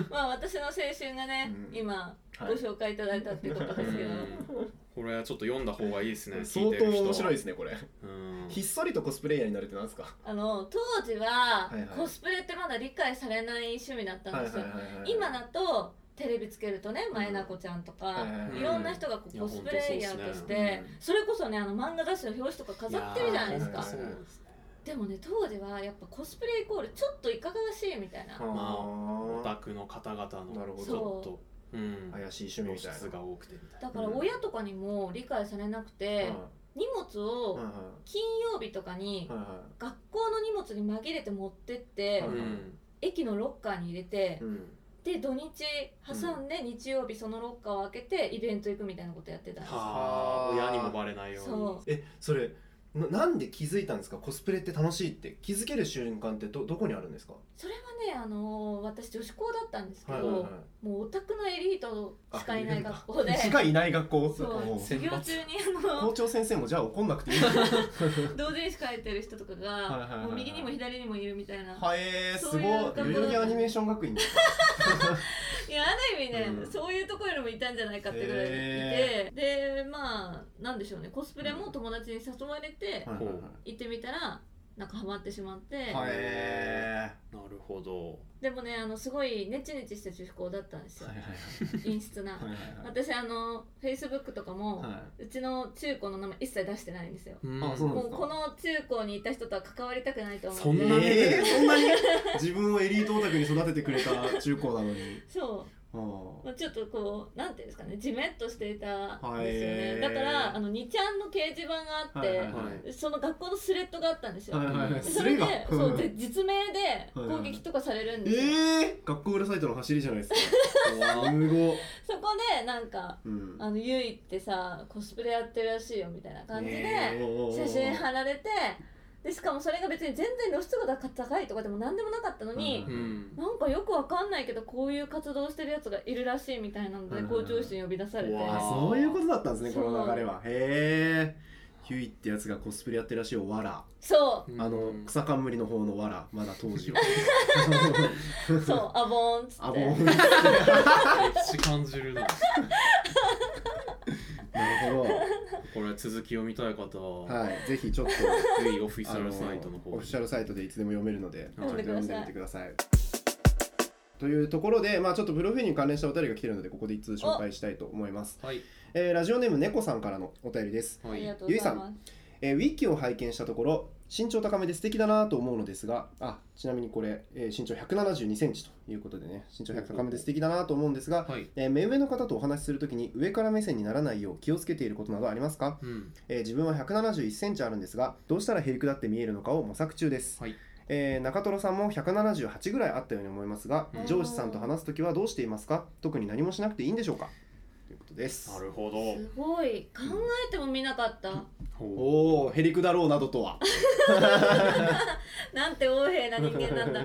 S4: まあ私の青春がね、
S1: うん
S4: 今ご
S1: はい
S4: 紹介いただいたっていうことですけど、
S2: うんこれはちょっと読んだ方がいいですね
S1: 相当面白い
S2: い
S1: ですねこれ
S2: うん
S1: ひっそりとコスプレイヤーになるってなんですか
S4: あの当時
S1: は
S4: は
S1: いはい
S4: コスプレってまだ理解されない趣味だったんですよ、
S1: はい
S4: 今だとテレビつけるとね前なこちゃんとか、
S1: はいはいはい
S4: いろんな人がこう
S2: うん
S4: コスプレイヤーとし
S1: や本当
S2: い
S4: て、
S1: そうっすね
S4: それこそねあの漫画雑誌の表紙とか飾ってるじゃないです
S2: や
S4: か
S2: ーそうですね
S4: でもね当時はやっぱコスプレイコールちょっといかがわしいみたいな、
S2: まあオタ
S1: あ
S2: クの方々
S1: なるほど
S2: のちょっとう
S1: ー
S2: ん
S1: 怪しい趣味
S2: 露
S1: みたいな
S2: 出が多くてみたいな
S4: だから親とかにも理解されなくて、荷物
S1: うん
S4: を
S1: はい
S4: 金曜日とかに
S1: はいは
S4: 学校の荷物に紛れて持ってって、
S1: うん
S4: 駅のロッカーに入れて
S1: い、うん
S4: で土日挟んで日曜日そのロッカーを開けてイベント行くみたいなことやってたんですよ
S2: はあ
S1: はー
S2: 親にもバレないように
S4: そ
S1: えそれななんで気づいたんですかコスプレって楽しいって気づける瞬間ってどどこにあるんですか
S4: それはね、あのー私女子校だったんですけど、
S1: はいはいはい
S4: もうオタクのエリートしかいない学校で
S6: しかいない学校
S4: そう授業中にあ
S1: 校
S4: の
S1: 長先生もじゃあ怒んなくていいんだ
S4: 同人誌書いてる人とかが、
S1: はいはいはい
S4: もう右にも左にもいるみたいな、
S1: はえー、す
S4: そ
S1: ご
S4: う
S1: い
S4: いう学校
S1: 代々木アニメーション学院ですか
S4: い、やある意味ね、
S1: うん
S4: そういうところにもいたんじゃないかってぐらいいて、でまあなんでしょうねコスプレも友達に誘われて
S1: はいはいはい
S4: 行ってみたらなんかハマってしまって、
S1: はえ
S2: なるほど
S4: でもねあのすごいネチネチした女子校だったんで
S1: ー
S4: すよ、
S1: はいはい
S4: 陰湿な。
S1: はいはいはい
S4: 私あのフェイスブックとかも、
S1: は
S4: うちの中高の名前一切出してないんですよ
S1: あそうなんで
S4: も
S1: す
S4: う
S1: か
S4: この中高にいた人とは関わりたくないと思う
S2: そ
S4: そ
S2: ん
S1: い
S2: な
S1: えー、そんなに自分をエリートオタクに育ててくれた中高なのに
S4: う、まあ、ちょっとこうなんていうんですかねじめっとしていたんですよ
S1: は
S4: ね
S1: い
S4: だからあの2ちゃんの掲示板があって、
S1: はいはい
S2: は
S4: その学校のスレッドがあったんですよ、
S1: はいはいはい
S4: でそれ
S1: スレ
S4: で
S1: が
S4: そううんで実名で
S1: はいは
S4: 攻
S1: い
S4: 撃とかされるん
S1: え
S4: ですよ、
S1: ー、学校裏サイトの走りじゃないですか
S2: い
S1: すごっ
S4: そこでなんか
S1: うん
S4: あのゆいってさコスプレやってるらしいよみたいな感じで、
S1: えー
S4: 写真貼られてでしかもそれが別に全然露出度が高いとかでも何でもなかったのに、
S1: うん
S2: うん
S4: なんかよくわかんないけどこういう活動してるやつがいるらしいみたいなので
S1: うん
S4: 校長室に呼び出されて、
S2: う
S1: あ
S2: わ
S1: そういうことだったんですね
S4: そう
S1: この流れはへえヒュイってやつがコスプレやってるらしいよわら、
S4: そ
S2: うん
S1: あの草冠の方のわらまだ当時 は
S4: うそうアボーンっつ
S1: あ
S4: っ
S1: もう
S4: て
S1: なる
S2: 歴史感じるな
S1: ほ
S2: これ続き読みたい方
S1: ど
S2: は、
S1: はいぜひちょっと
S2: ぜひオフィシ
S1: あ
S2: ャ
S1: の
S2: ルサイトの方
S1: オフィシャルサイトでいつでも読めるのでちょっ
S2: 読ん
S1: と
S4: で
S1: 読ん
S4: ください
S1: でみてくださいというところで、まあ、ちょっとプロフィールに関連したお便りが来てるのでここで一通紹介したいと思います、
S2: はい
S1: えーラジオネーム猫さんからのお便りです
S4: あ
S2: は
S4: りが
S2: い
S4: とうござい
S1: ゆい
S4: ます
S1: えー、ウィキを拝見したところ身長高めで素敵だなと思うのですがあちなみにこれ、えー身長1 7 2センチということでね身長100高めで素敵だなと思うんですが、
S2: はい
S1: えー目上の方とお話しするときに上から目線にならないよう気をつけていることなどありますか、
S2: うん
S1: えー自分は1 7 1ンチあるんですがどうしたらへりくだって見えるのかを模索中です、
S2: はい
S1: えー中トロさんも178ぐらいあったように思いますが、
S2: うん
S1: 上司さんと話すときはどうしていますか特に何もしなくていいんでしょうかということです
S2: なるほど
S4: すごい考えても見なかった、
S2: ほ
S1: おおへりくだろうなどとは
S4: なんて横柄な人間な んだ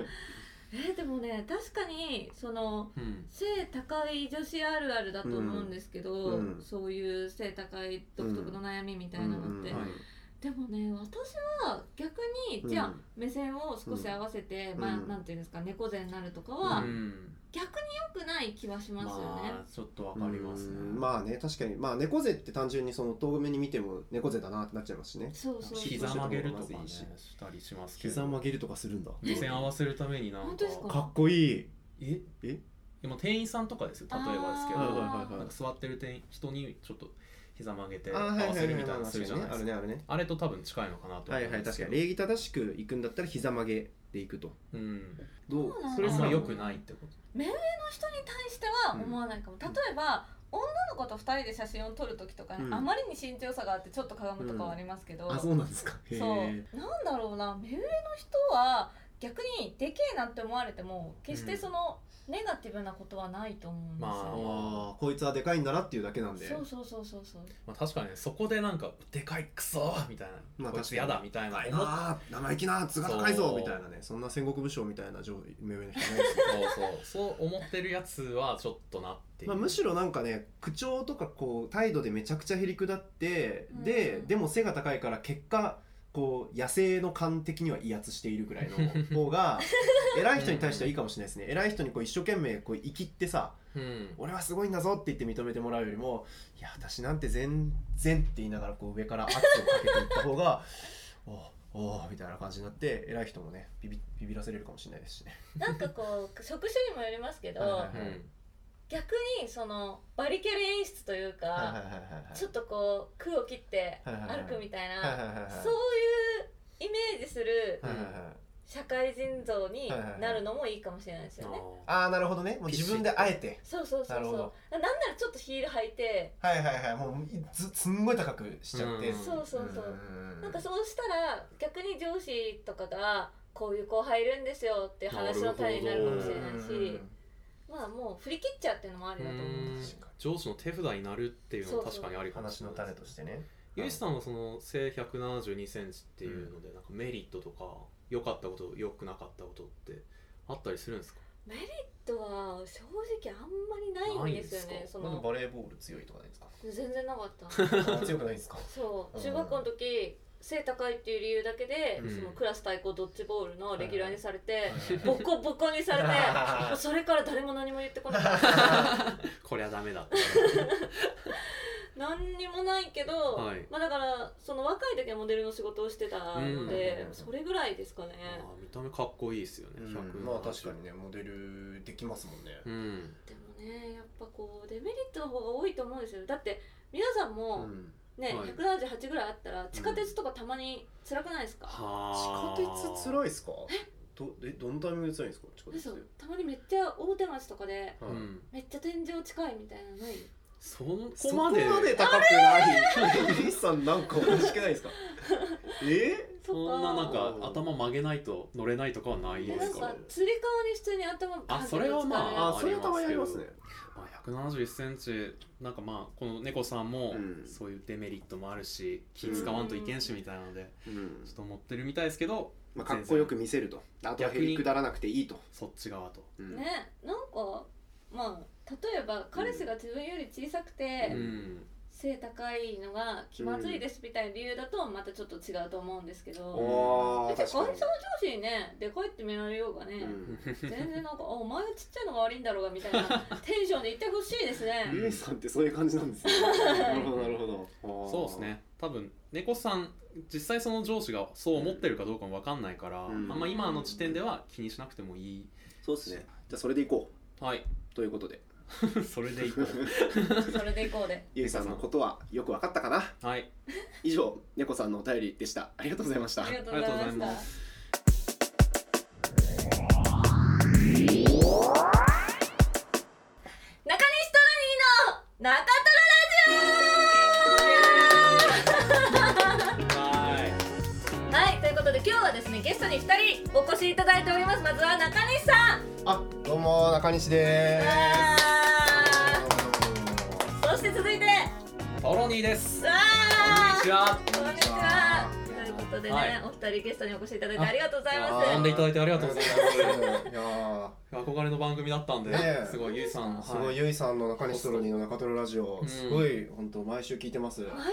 S4: えーでもね確かにその
S2: ううん
S4: 背高い女子あるあるだと思うんですけど、
S1: うんうん
S4: そういう背高い独特の悩みみたいなのって、
S1: うんうんうん
S2: はい
S4: でもね私は逆に
S1: うん
S4: じゃあ、目線を少し合わせて、
S1: ん
S4: まあ
S1: うん
S4: なんていうんですか猫背になるとかは、
S1: う
S2: うん
S4: 逆に良くない気はしますよね。
S2: まあちょっとわかりますね
S1: うんまあね確かにまあ猫背って単純にその遠目に見ても猫背だなってなっちゃいますしね
S4: そうそうそう
S2: 膝曲げるとか
S1: まずい
S2: ね
S1: いし
S2: したりしますけど
S1: 膝曲げるとかするんだ
S2: 目線合わせるためになんか
S4: 本当ですか
S1: かっこいい
S2: え
S1: え
S2: でも店員さんとかですよ例えばですけど
S1: はいはい
S4: あー
S1: はいはい
S2: なんか座ってる店員人にちょっと膝曲げて合
S1: あーはい
S2: わ
S1: はい
S2: せ
S1: は
S2: る
S1: い
S2: みたいなのするじゃないで
S1: あ
S2: す
S1: る
S2: か
S1: ねあるね
S2: あれと多分近いのかなと
S1: はいはい確かに礼儀正しく行くんだったら膝曲げで行くと
S2: うん
S1: どう
S4: そうなんだ
S2: それも良くないってこと
S4: の人に対しては思わないかも、例えば女の子と2人で写真を撮る時とかね、
S1: うん
S4: あまりに身長差があってちょっとかがむとかはありますけど、
S1: あ
S4: そ
S1: そううなんですかへえ
S4: なんだろうな目上の人は逆にでけえなって思われても決してその、ネガティブなことはないと思うんです
S2: ま
S4: よね。
S1: ああこいつはでかいんだなっていうだけなんで
S4: そうそうそうそうそう
S2: まあ確かにねそこでなんかでかいクソーみたいな、
S1: まあ確
S2: こい
S1: か
S2: つ
S1: に
S2: やだみたいな
S1: あ
S2: 思っ
S1: あー生意気な図が高い
S2: そ
S1: ぞ
S2: う
S1: みたいなねそんな戦国武将みたいな上目上の人いないですよ
S2: そうそうそう思ってるやつはちょっとなっていう、
S1: まあ、むしろなんかね口調とかこう態度でめちゃくちゃへりくだって、
S4: うん
S1: ででも背が高いから結果こう野生の感的には威圧しているぐらいの方が偉い人に対してはいいかもしれないですね偉い人にこう一生懸命こう生きってさ
S2: うん
S1: 俺はすごいんだぞって言って認めてもらうよりもいや私なんて全然って言いながらこう上から圧をかけていった方がおうおうみたいな感じになって偉い人もねビビビビらせれるかもしれないですしね。
S4: なんかこう職種にもよりますけど、
S1: はいはいはい
S2: うん
S4: 逆にそのバリキャル演出というか、
S1: はいはいはいはいはい
S4: ちょっとこう空を切って
S1: はいはいはい
S4: 歩くみたいな、
S1: はいはいはいはい
S4: そういうイメージする
S1: はいはいはい
S4: 社会人像に
S1: はいはいはい
S4: なるのもいいかもしれないですよね。
S2: あ
S1: ああなるほどねもう自分であえて
S4: そうそうそ
S1: な
S4: う
S1: る
S4: そ
S1: ほ
S4: う
S1: ど。
S4: なんならちょっとヒール履いて、
S1: はいはいはいもうずすんごい高くしちゃって、
S2: うん
S4: そうそうそう。
S1: ん
S4: なんかそうしたら逆に上司とかがこういう後輩いるんですよって話の種になるかもしれないし、まあもう振り切っちゃうっていうのもあ
S2: ー
S4: り
S2: う
S4: だと思う。
S2: ん上司の手札になるっていうのは確かにありかもし
S1: 話
S2: れ
S1: の
S2: ない
S1: 種としてね
S2: ゆいしさんはその背1 7 2センチっていうのでなんかメリットとか良かったこと良くなかったことってあったりするんで すか
S4: メリットは正直あんまりないんですよ
S2: ないん
S4: ね。
S2: です
S4: そ
S1: なん
S4: の
S1: でバレーボール強いとかないですか
S4: 全然なかった。
S1: あ ー強くないですか
S4: そう
S1: うん
S4: 中学校の時背高いっていう理由だけで、
S2: うん
S4: そのクラス対抗ドッジボールのレギュラーにされて、
S1: は
S4: ボコボコにされても うそれから誰も何も言ってこなかった
S2: こりゃダメだって
S4: 何にもないけど、
S2: はい
S4: まあだからその若い時はモデルの仕事をしてたので、
S1: うん
S4: それぐらいですかね、
S2: まあ見た目かっこいいですよね、170
S1: まあ確かにねモデルできますもんね、
S2: うん
S4: でもねやっぱこうデメリットの方が多いと思うんですよだって皆さん
S1: う
S4: も
S1: ん、
S4: ね、
S2: はい
S4: 178ぐらいあったら地下鉄とかたまに辛くないですか、
S2: はあ
S1: 地下鉄辛いですかどえどのタイミングで辛いんですか地下鉄
S4: 嘘
S1: で
S4: たまにめっちゃ大手町とかで
S1: はい
S2: うん
S4: めっちゃ天井近いみたいなのない
S2: そこ
S1: そこ
S2: ま
S1: ま
S2: で
S1: で高くないリスさんなんかおかしくないです かえ
S4: そ
S2: そ
S4: っ
S2: んななんか
S1: うん
S2: 頭曲げないと乗れないとかはない
S4: いや
S2: で
S4: なん
S2: すか
S4: から釣り革に普通に頭ガンって
S2: あそれはま
S4: ぶつかる
S1: あ
S4: や
S1: あそれはたまにありますね
S2: まあ、171センチなんかまあこの猫さんも
S1: うん
S2: そういうデメリットもあるし気使わんといけんしみたいなので
S1: うん
S2: ちょっと持ってるみたいですけど
S1: まあ、かっこよく見せるとあとはへりくだらなくていいと、
S2: そっち側と
S1: う
S4: つ
S1: ん
S4: ねなんかまあ例えば彼氏が自分より小さくて、
S2: うん
S4: 背高いのが気まずいですみたいな理由だとまたちょっと違うと思うんですけど、
S1: おー
S4: 別に
S1: 確
S4: 会社の
S1: か
S4: 上司にねでかいって見られようがね、
S1: に、うん、
S4: 全然なんかあお前はちっちゃいのが悪いんだろうがみたいなテンションで言ってほしいですね。
S1: ゆえさんってそういう感じなん ですねなるほどなるほど
S2: そうですね多分猫さん実際その上司がそう思ってるかどうかも分かんないから、
S1: うん
S2: あんま今の時点では気にしなくてもいい
S1: そうですねじゃあそれでいこ
S2: はい
S1: うということで
S2: そ れでいこう
S4: それでいこうで。
S1: ゆえさんのことはよくわかったかな
S2: はい
S1: 以上猫さんのお便りでしたありがとうございました
S4: ありがとうござい
S2: ありがとうござ
S4: ま
S2: い
S4: し
S2: ま
S4: た。中西トラニーの中
S2: は
S4: トラはいということで今日はですねゲストに2人お越しいただいておりますまずは中西さん
S1: あどうも中西で
S4: わ
S1: す
S4: ーそして続いて
S2: いトロニーです
S4: わ
S2: こんにち
S4: ー
S2: は
S4: こんにちはということでね、
S2: はい
S4: お二人ゲストにお越しいただいてありがとうございま
S1: あ
S4: す
S2: 呼んでいただいてありがとうござい
S1: いやー
S2: ます憧れの番組だったんで、
S1: ねえ
S2: すごいゆいさんの
S1: すご
S2: はいい
S1: ゆいさんの中西トロニーの中トロラジオ
S2: うん
S1: すごい本当毎週聞いてます
S4: 毎
S1: は
S4: 週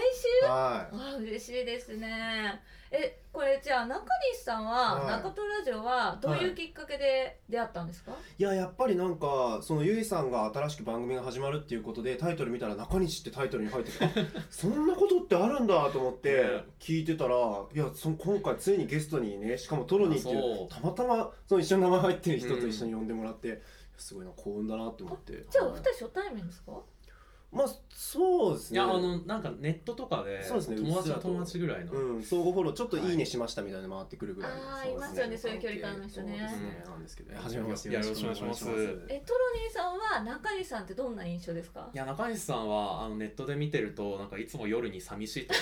S1: い
S4: わあ嬉しいですねえこれじゃあ中西さんは、
S1: はい
S4: 中トラジオはどういうきっかけで出会ったんですか、
S1: いややっぱりなんかそのゆいさんが新しく番組が始まるっていうことでタイトル見たら中西ってタイトルに入って てあそんなことってあるんだと思って聞いてたらいやその今回ついにゲストにねしかもトロニーってい
S2: あそう
S1: うたまたまその一緒に名前入ってる人と一緒に呼んでもらって、すごいな幸運だなと思って
S4: じゃあお
S1: は
S4: 二
S1: い
S4: 人初対面ですか
S1: まあそうです
S2: い
S1: ね
S2: やあのなんかネットとかで
S1: そうですね
S2: 友
S1: うっす
S2: 達
S1: ら
S2: は
S1: と
S2: 友達ぐらいの、
S1: うん、相互フォローちょっといいねしましたみたいなの回ってくるぐらいの、
S4: あー
S1: で
S4: いますよねそういう距離感の人ね
S1: そうですねなんですけど、
S2: うん
S1: 初めまして
S2: いやよろしくお願いします
S1: よろくお願いし
S4: えトロニーさんは中西さんってどんな印象ですか
S2: いや中西さんはあのネットで見てるとなんかいつも夜に寂しいとか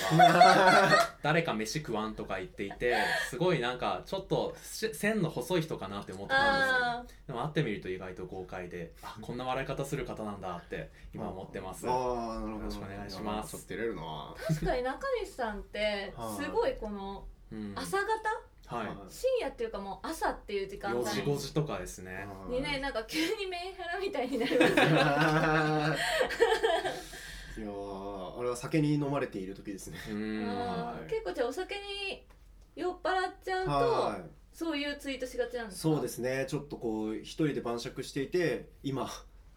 S2: 誰か飯食わんとか言っていてすごいなんかちょっとし線の細い人かなって思ってたんですけど
S4: あ
S2: でも会ってみると意外と豪快であこんな笑い方する方なんだって今思ってます
S1: あ
S2: は
S1: ーなるほど
S2: よろしくお願いします
S1: ちょっと照れるなは
S4: ー確かに中西さんって
S1: はい
S4: すごいこの
S2: い、うん
S4: 朝方
S2: はい
S4: 深夜っていうかもう朝っていう時間
S2: 4
S4: 帯
S2: 時5時とかですね
S4: にねなんか急にメンヘラみたいになります
S1: いやーあれは酒に飲まれている時ですね
S2: うん
S4: あ
S1: は
S4: ー
S1: い
S4: 結構じゃあお酒に酔っ払っちゃう
S1: は
S4: とそういうツイートしがちなん
S1: い。
S4: ですか
S1: そうですね。ちょっとこう一人で晩酌していて、今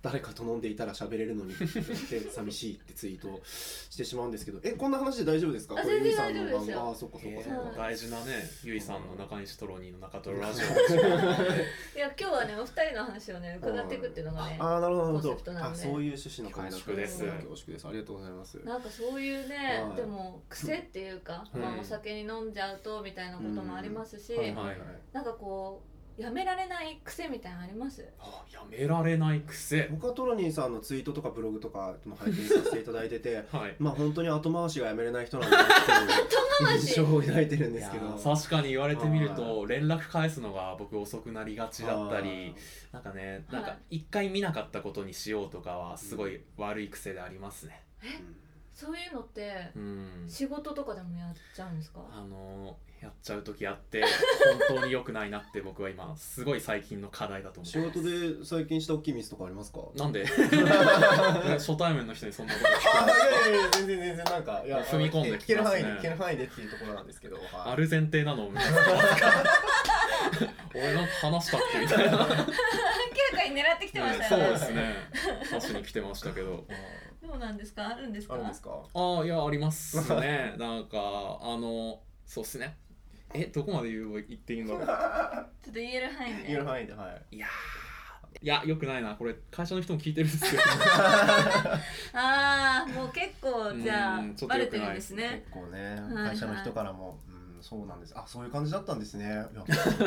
S1: 誰かと飲んでいたら喋れるのにって 寂しいってツイートをしてしまうんですけど、えこんな話で大丈夫ですか？
S4: あ
S1: これ
S4: 全
S1: ゆい
S4: 然
S1: さんの
S4: 大丈夫ですよ
S1: 番あそっかそっかそっ
S4: は
S1: か
S4: い。
S2: 大事なねゆいさんの中西トロニーの中トロラジオの時間なんで
S4: いや今日はねお二人の話をね伺っていくっていうのがね
S1: ああなるほどなるほ
S4: コンセプト
S1: ど。
S4: な
S1: あ
S4: んで
S1: そういう趣旨の会
S2: 恐縮です
S1: 恐縮です。ありがとうございます。
S4: なんかそういうね、
S1: はい
S4: でも癖っていうか、
S2: うん
S4: まあ、お酒に飲んじゃうとみたいなこともありますし、
S1: はいはい
S2: は
S1: はいい。
S4: なんかこうやめられない癖みたいなのあります
S2: あやめられない癖
S1: 僕はトロニーさんのツイートとかブログとかも拝見させていただいて て
S2: はい
S1: まあ本当に後回しがやめれない人なんだなっていう印象を抱いてるんですけど
S2: いやー確かに言われてみると連絡返すのが僕遅くなりがちだったりなんかね
S4: は
S2: ないんか一回見なかったことにしようとかはすごい悪い癖でありますね
S1: あー
S4: そういうのって
S2: うん
S4: 仕事とかでもやっちゃうんですか、
S2: あのーやっちゃう時あって本当に良くないなって僕は今すごい最近の課題だと思
S1: 仕
S2: う
S1: 事で最近した大きいミスとかありますか
S2: なん で初対面の人にそんなこと聞く
S1: あいやいやいや全然全然なんかいや
S2: 踏み込んで
S1: 聞け
S2: き
S1: る
S2: ます
S1: 範
S2: ね
S1: 囲で聞ける範囲でっていうところなんですけど、はい
S2: ある前提なのみたいな 俺なんか話したっけみたいな
S4: 明らかに狙ってきてまし た
S2: そう
S4: よね
S2: ですね話に来てましたけど
S4: どうなんですかあるんです
S1: あ
S4: か
S1: るんですか
S2: ああいやあります ねなんかあのそうっすねえどこまで言う言っていいんだろう
S4: ちょっと言える範囲で
S1: 言える範囲ではい
S2: いやーいやよくないなこれ会社の人も聞いてる んですよ
S4: ああもう結構じゃあ
S2: うんちょっと
S4: バレ
S2: 良
S4: て
S2: く
S4: る
S2: なんい
S4: で
S2: ですす
S4: ね
S1: 結構ね
S4: いはい
S1: 会社の人からも、うんそうなんですあそういう感じだったんですねいや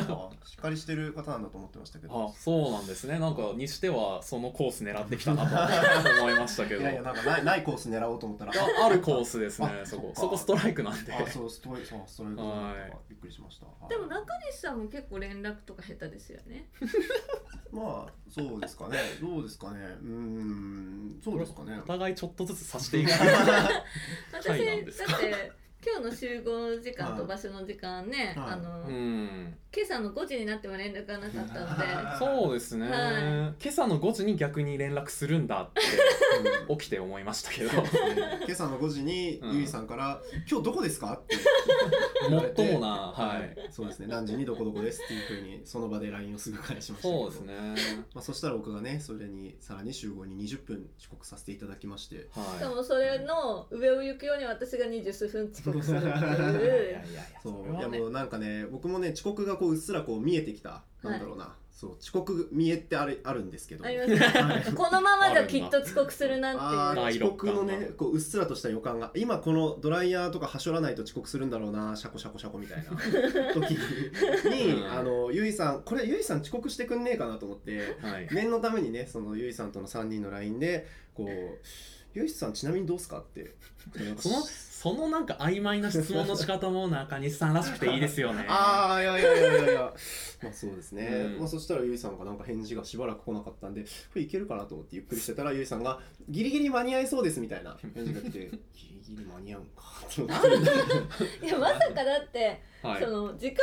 S1: そう かしっかりしてる方なんだと思ってましたけ
S2: あ
S1: ど
S2: そうなんですねなんかにしてはそのコース狙ってきたな と思いましたけ
S1: い
S2: ど
S1: やいやなんかないないコース狙おうと思った ら
S2: ああるコースですね
S1: あ
S2: そ
S1: そっ
S2: こ
S1: か
S2: そこストライクなんで
S1: あそうストレそうストレート
S2: はい
S1: とかびっくりしました。はい
S4: でも中西さんも結構連絡とか下手ですよね
S1: まあそうですかね。どうですかね。うーんそうですかね
S2: お。互いちょっとずつ さしていく
S4: 私だっ
S2: はい
S4: て
S2: なんですか
S4: 今日の集合時間と場所の時間ね、
S1: はい
S4: あの、
S2: うん
S4: 今朝の5時になっても連絡がなかったので
S2: そうですね、
S4: はい
S2: 今朝の5時に逆に連絡するんだって
S1: うん
S2: 起きて思いましたけど
S1: 今朝の5時に
S2: うん
S1: ゆいさんから「今日どこですか?」って
S2: もっともなはい
S1: そうですね何時にどこどこですっていうふうにその場で LINE をすぐ返しましたけど
S2: そうですね。
S1: まあ、そしたら僕がねそれにさらに集合に20分遅刻させていただきまして
S4: しか
S2: は
S4: もそれの上を行くように私が二十数分遅刻するって
S2: い。いやい
S4: い
S2: や
S4: う
S2: いや
S1: そう
S2: れはい
S1: や
S2: ね
S1: もうなんかね僕もね遅刻がこううっすらこう見えてきたなんだろうな、そう遅刻見えってあるあるんですけど
S4: ありますね
S1: はい
S4: このままじゃきっと遅刻するな
S1: あ
S4: って
S1: ー
S4: いう
S2: ナイ
S1: 遅
S2: ロン
S1: 刻
S2: 感が
S1: のねこううっすらとした予感が今このドライヤーとかはしょらないと遅刻するんだろうなシャコシャコシャコみたいな 時に、
S2: うん
S1: あのゆいさんこれゆいさん遅刻してくんねえかなと思って
S2: はい。
S1: 念のためにねそのゆいさんとの3人の LINE でこう「ゆいさんちなみにどうすか?」って。
S2: そのそのなんか曖昧な質問の仕方も中西さんらしくていいですよね
S1: ああいやいやいやいやいやまあそうですね、
S2: うん
S1: まあ、そしたらゆいさんがなんか返事がしばらく来なかったんでこれいけるかなと思ってゆっくりしてたらゆいさんが「ギリギリ間に合いそうです」みたいな返事が来て「ギリギリ間に合うんか」と思って
S4: いやまさかだって、
S2: はい
S4: そ。の時間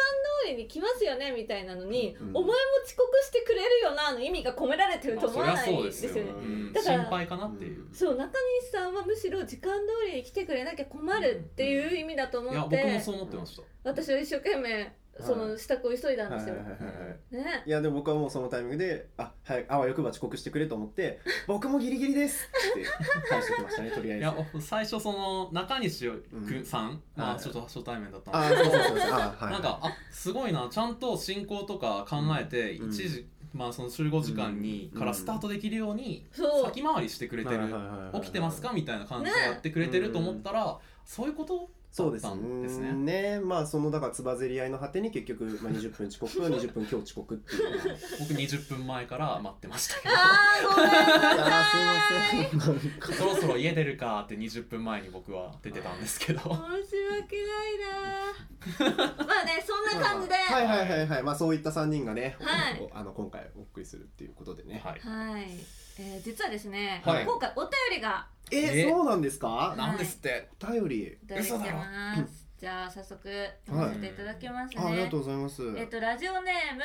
S4: 通りに来ますよねみたいなのに、
S1: うん
S4: お前も遅刻してくれるよなの意味が込められてると思わ
S2: まあ
S4: な
S2: そりゃそ
S4: いうで
S2: ですす
S4: よ
S2: よ。
S4: ね。
S2: うん
S4: だから
S2: 心配かなっていう。
S4: そう中西さんはむしろ時間通りに来てくれなきゃ困るっていう意味だと思
S2: いや
S4: っ
S2: 僕も
S4: て、
S2: そう思ってました。
S4: 私は一生懸命その支度を急いだん
S1: は
S4: で
S1: い
S4: す
S1: はい
S4: よ。
S1: はいはい
S4: ね、
S1: いやでも僕はもうそのタイミングで「あはいあわよくば遅刻してくれ」と思って「僕もギリギリです」って返してきましたねとりあえ
S2: い
S1: ず
S2: や。最初その中西くんさん、ま
S1: は
S2: あ
S1: い
S2: ちょっと初対面だったん
S1: あ
S2: で
S1: ー
S2: す
S1: そう
S2: け
S1: そうそ
S2: ど
S1: うそうあーはい
S2: なんかあすごいなちゃんと進行とか考えて
S1: うん
S2: 一時、まあその集合時間に
S1: うん
S2: からスタートできるように
S4: そう
S2: 先回りしてくれてる起きてますかみたいな感じでやってくれてると思ったら、そういうこと
S1: そうです
S2: だったんですね
S1: ねまあそのだからつばぜり合いの果てに結局、まあ、20分遅刻20分 今日遅刻っていう
S2: 僕20分前から待ってましたけ
S4: あーごめんなさい
S1: あーすいません
S2: ど そろそろ家出るかって20分前に僕は出てたんですけど
S4: 申し訳ない なーまあねそんな感じで
S1: は
S4: はい
S1: はいはいはいまあそういった3人がね、
S4: はい
S1: おあの今回お送りするっていうことでね、
S2: はい
S4: い、えー実はですね、
S2: はい
S4: 今回お便りが
S1: え
S2: え
S1: そうなんですか
S2: なんですって
S1: お便り
S4: いただいてますじゃあ早速読ませていただきますね、
S1: あありがとうございます、
S4: えっ、とラジオネーム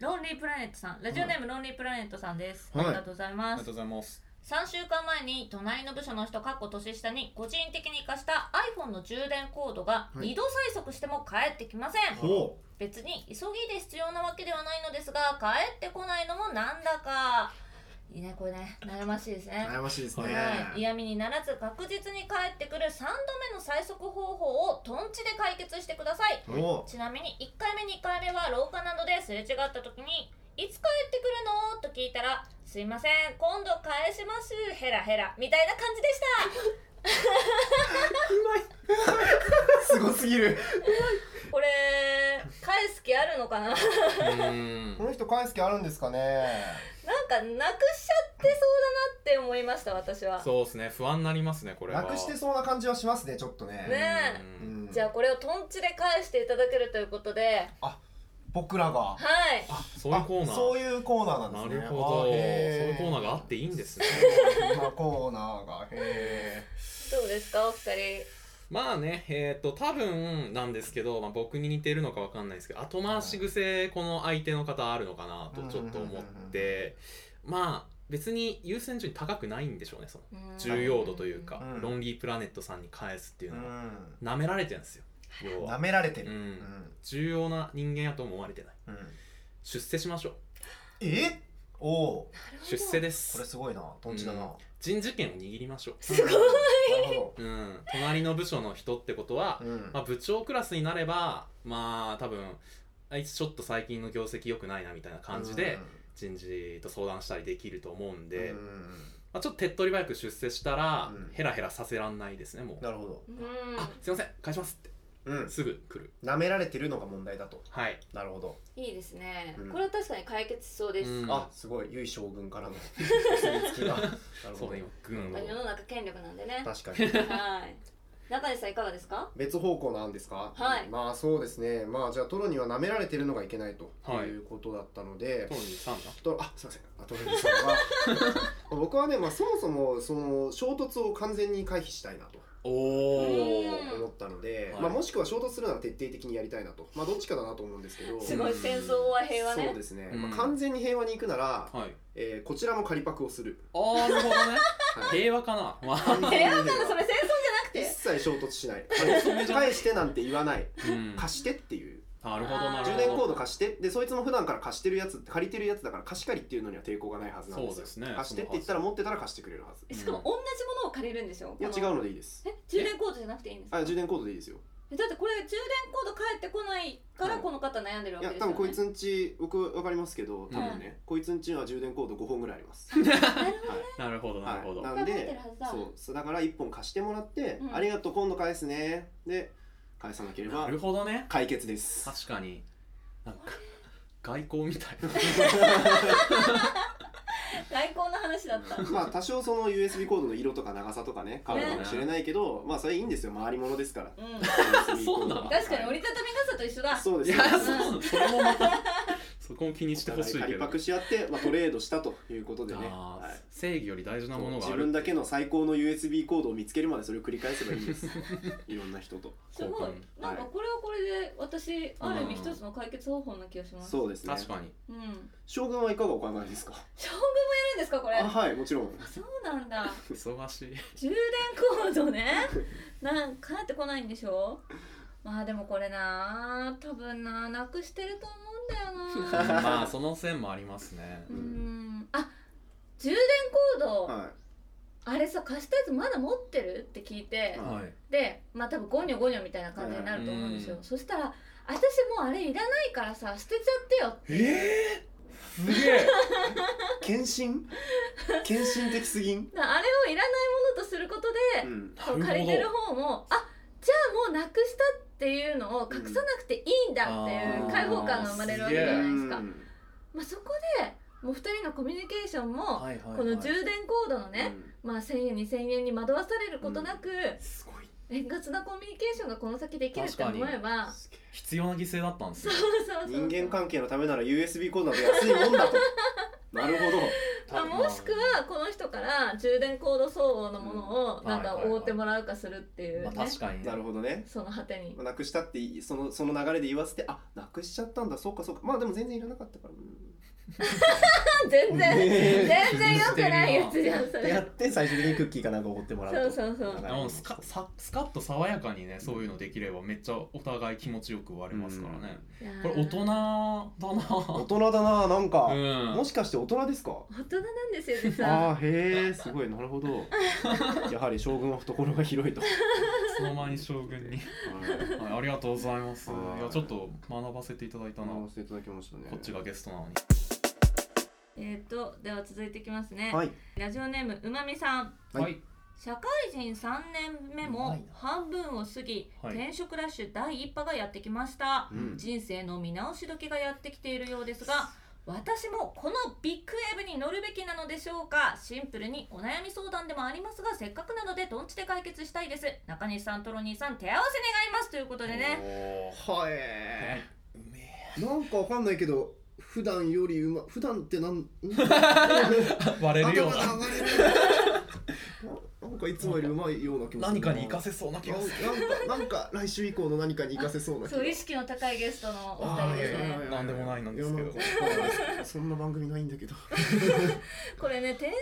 S4: ロンリープラネットさんラジオネームロンリープラネットさんです、
S1: はい
S4: ありがとうござい
S2: あり
S4: ま
S2: が
S4: す
S2: とうございます
S4: 3週間前に隣の部署の人かっこ年下に個人的に貸した iPhone の充電コードが
S1: はい
S4: 2度催促しても返ってきません、
S1: ほ
S4: 別に急ぎで必要なわけではないのですが返ってこないのもなんだかいいねこれね悩ましいですね
S1: 悩ましいですね
S4: はい、嫌味にならず確実に返ってくる3度目の催促方法をトンチで解決してください
S1: おお
S4: ちなみに1回目2回目は廊下などですれ違った時に「いつ帰ってくるの?」と聞いたら「すいません今度返しますヘラヘラ」みたいな感じでした
S1: すごすぎる
S4: これ返す気あるのかな なんか
S2: うん
S1: この人返す気あるんですかね
S4: なくしちゃってそうだなって思いました私は
S2: そうですね不安になりますねこれは
S1: なくしてそうな感じはしますねちょっとね
S4: ね
S2: うん
S1: うん
S4: じゃあこれをトンチで返していただけるということで
S1: 僕らが
S4: はい
S2: あそういうコーナー
S1: あそういうコーナーなんですね
S2: なるほどそういうコーナー
S1: が
S2: があっていいんですね
S1: そんなコーナーがへ
S4: どうですかお二人
S2: まあねえっ、と多分なんですけど、まあ、僕に似てるのかわかんないですけど後回し癖この相手の方あるのかなとちょっと思ってまあ別に優先順位高くないんでしょうねその重要度というか、
S1: うん
S2: ロンリープラネットさんに返すってい
S1: え
S2: う
S1: う
S2: のは
S1: ん
S2: 舐められてるんですよ要
S1: な
S2: は
S1: められて
S2: う
S1: るうんん
S2: 重要な人間やと思われてない
S1: うん
S2: 出世しましょう
S1: えおお
S2: 出世で
S4: で
S1: これ
S2: す
S1: すごいなトンチだな
S2: うん人事権を握りましょう
S4: すごい
S1: なるほ
S2: うん隣の部署の人ってことは
S1: どうん
S2: まあ、部長クラスになればまあ多分あいつちょっと最近の業績良くないなみたいな感じで人事と相談したりできると思うん
S1: うん
S2: で、
S1: うん
S2: まあ、ちょっと手っ取り早く出世したら、
S1: うん
S2: ヘラヘラさせらんないですねもう
S1: なるほど
S4: うん
S2: あすいません返しますって
S1: うん
S2: すぐ来る
S1: なめられてるのが問題だと
S2: はい
S1: なるほど
S4: いいですね、
S1: うん
S4: これは確かに解決しそうです、
S2: うん
S1: あすごい由井将軍 からの結びつきがなるほ
S2: そう
S1: ど
S2: ね今軍を
S4: まあ世の中権力なんでね
S1: 確かに
S4: はい中西さんいかがですか
S1: 別方向なんですか
S4: はい
S1: まあそうですねまあじゃあトロには舐められてるのがいけないと
S2: はい
S1: いうことだったので、
S2: トロニーさんだ
S1: とあすいませんあトロニーさんは 僕はね、まあ、そもそもその衝突を完全に回避したいなと
S2: お
S4: ー
S1: 思ったので、
S2: はい
S1: まあ、もしくは衝突するなら徹底的にやりたいなと、まあ、どっちかだなと思うんですけど
S4: すごい
S2: うん
S4: 戦争は平和
S1: そう
S4: ね
S1: ですね、
S2: うん
S1: まあ、完全に平和に行くなら、
S2: はい
S1: えーこちらも仮パクをする、
S2: あーなるほどね
S1: はい
S2: 平和かな、まあ
S1: 完全に
S4: 平和なのそれ戦争じゃ
S1: 一
S4: なくて
S1: 切衝突しない返 返してなんて言わない
S2: うん、
S1: 貸してっていう
S2: なるほどな
S4: あ
S2: る
S1: 充
S2: ほ
S1: 電
S2: ど
S1: コード貸してでそいつも普段から貸してるやつ借りてるやつだから貸し借りっていうのには抵抗がないはずなんですよ
S2: そうですね
S1: 貸してって言ったら持ってたら貸してくれるはず
S4: しかも同じものを借りるんでしょ
S1: いや
S4: こ
S1: 違うのでいいです
S4: え充電コードじゃなくていいんですか
S1: あ充電コードでいいですよ
S4: えだってこれ充電コード返ってこないから
S1: はい
S4: この方悩んでるわ
S1: い
S4: け
S1: や
S4: です
S1: 多
S4: よね
S1: 分こいつんち僕わかりますけど多分ねこいつんちは充電コード5本ぐらいあります
S2: なるほどなるほど、
S1: はい、
S4: い
S1: な
S4: っ
S1: ん
S4: ぱい持って
S1: で
S4: るはずだ
S1: そうそうだから1本貸してもらって、
S4: うん
S1: ありがとう今度返すねで返さなければ
S2: なるほどね
S1: 解決です
S2: 確かになんか外交みたいな
S4: 外交の話だった
S1: まあ多少その USB コードの色とか長さとかね変わるかもしれないけど、まあそれいいんですよ回り物ですから
S4: うん
S1: USB
S2: そう
S1: コード
S2: なの
S1: は
S4: 確かに折りたたみ傘と一緒だ
S1: そうで
S2: い
S1: すそう
S2: や
S1: です
S2: そうそれもま たそこも気にしてほしい
S1: お互
S2: け
S1: い
S2: ど
S1: パクし合って、まあ、トレードしたということでね、
S2: あー
S1: はい
S2: 正義より大事なものがあ
S1: 自
S2: る
S1: 分だけの最高の USB コードを見つけるまでそれを繰り返せばいいん ですいろんな人と
S4: すごい
S2: 交
S4: なんかこれはこれで私ある意味一つの解決方法な気がします
S1: そうですね
S2: 確かに
S4: うん
S1: 将軍はいかがお考えですか
S4: 将軍もやるんですかこれ
S1: あはいもちろん
S4: そうなんだ
S2: 忙しい
S4: 充電コードね なんか返ってこないんでしょまあでもこれな多分ななくしてると思うんだ よな
S2: まあその線もありますね
S4: うーんあ充電コード、
S1: は
S4: あれさ貸したやつまだ持ってるって聞いて、
S1: うん
S2: はい
S4: でまあ多分ゴニョゴニョみたいな感じになると思うんですよ、
S2: うん
S4: そしたら私もうあれいらないからさ捨てちゃってよ
S2: えー、すげえ
S1: い献身献身的すぎん、
S4: なあれをいらないものとすることで
S1: う、ん、
S2: なる
S4: こう
S2: ほど
S4: 借りてる方もあじゃあもうなくしたっていうのを隠さなくていいんだっていううん開放感が生まれるわけじゃ
S2: う
S4: ないですか、
S1: うん
S4: まあ、そこでもう2人のコミュニケーションも
S2: はいはい、はい、
S4: この充電コードのね、まあ、1,000円2,000円に惑わされることなく、
S2: すごい
S4: 円滑なコミュニケーションがこの先できるって思え
S1: う
S4: ば
S1: んすげえ
S2: 必要な犠牲だったんですよ
S4: そうそうそう
S1: 人間関係のためなら USB コードなんて安いもんだと なるほど
S4: まあ、もしくはこの人から充電コード相応のものを
S2: うん
S4: なんか
S2: はいはいはい
S4: 覆ってもらうかするっていうね
S2: まあ、確かにね
S1: なるほどね
S4: その果てに
S1: まあなくしたっていそのその流れで言わせてあなくしちゃったんだそうかそうかまあでも全然いらなかったから、うん
S4: 全然全然良くないやつじゃんそ
S1: でや
S4: れ
S1: って最終的にクッキーかなんかおごってもら
S4: そうう
S1: と
S4: そうそう
S1: なんか
S2: あのスカさスカッと爽やかにねそういうのできればめっちゃお互い気持ちよく終わりますからね、これ大人だ
S1: 大
S2: な
S1: 人だななんか、
S2: うん
S1: もしかして大人ですか
S4: 大人なんですよ実は
S1: あーへえすごいなるほど やはり将軍は懐が広いと、
S2: その前に将軍に、
S1: はい
S2: はい、ありがとうございます
S1: はい
S2: いやちょっと学ばせていただいたな、
S1: 学
S2: こ
S1: ばせていただきましたね
S2: っちがゲストなのに
S4: えっとでは続いていきますね
S1: はい
S4: ラジオネームうまみさん
S1: はい
S2: い
S4: 社会人3年目
S3: うま
S4: も
S3: いな
S4: 半分を過ぎ
S2: はい
S4: 転職ラッシュ第一波がやってきました
S1: うん
S4: 人生の見直し時がやってきているようですが私もこのビッグウェーブに乗るべきなのでしょうかシンプルにお悩み相談でもありますがせっかくなのでどんちで解決したいです中西さんトロニーさん手合わせ願いますということでね
S2: ね
S7: はい、
S2: うめえ
S7: なんかわかんないけど普段よりうま普段ってなん
S2: 割れるような
S7: 頭が流れるななんかいつもよりうまいような気もする
S2: 何かに活かせそうな気
S7: な
S2: が
S7: ん
S2: す
S7: かなんか来週以降の何かに活かせそうな気
S4: そう
S7: が
S4: 意識の高いゲストのお
S7: あ
S4: 二
S7: ーい
S4: 人で
S7: やい
S4: す
S7: やいや
S4: ね
S2: るなんでもないなんですけど
S7: どそんな番組ないんだけど
S4: これね転職ラッ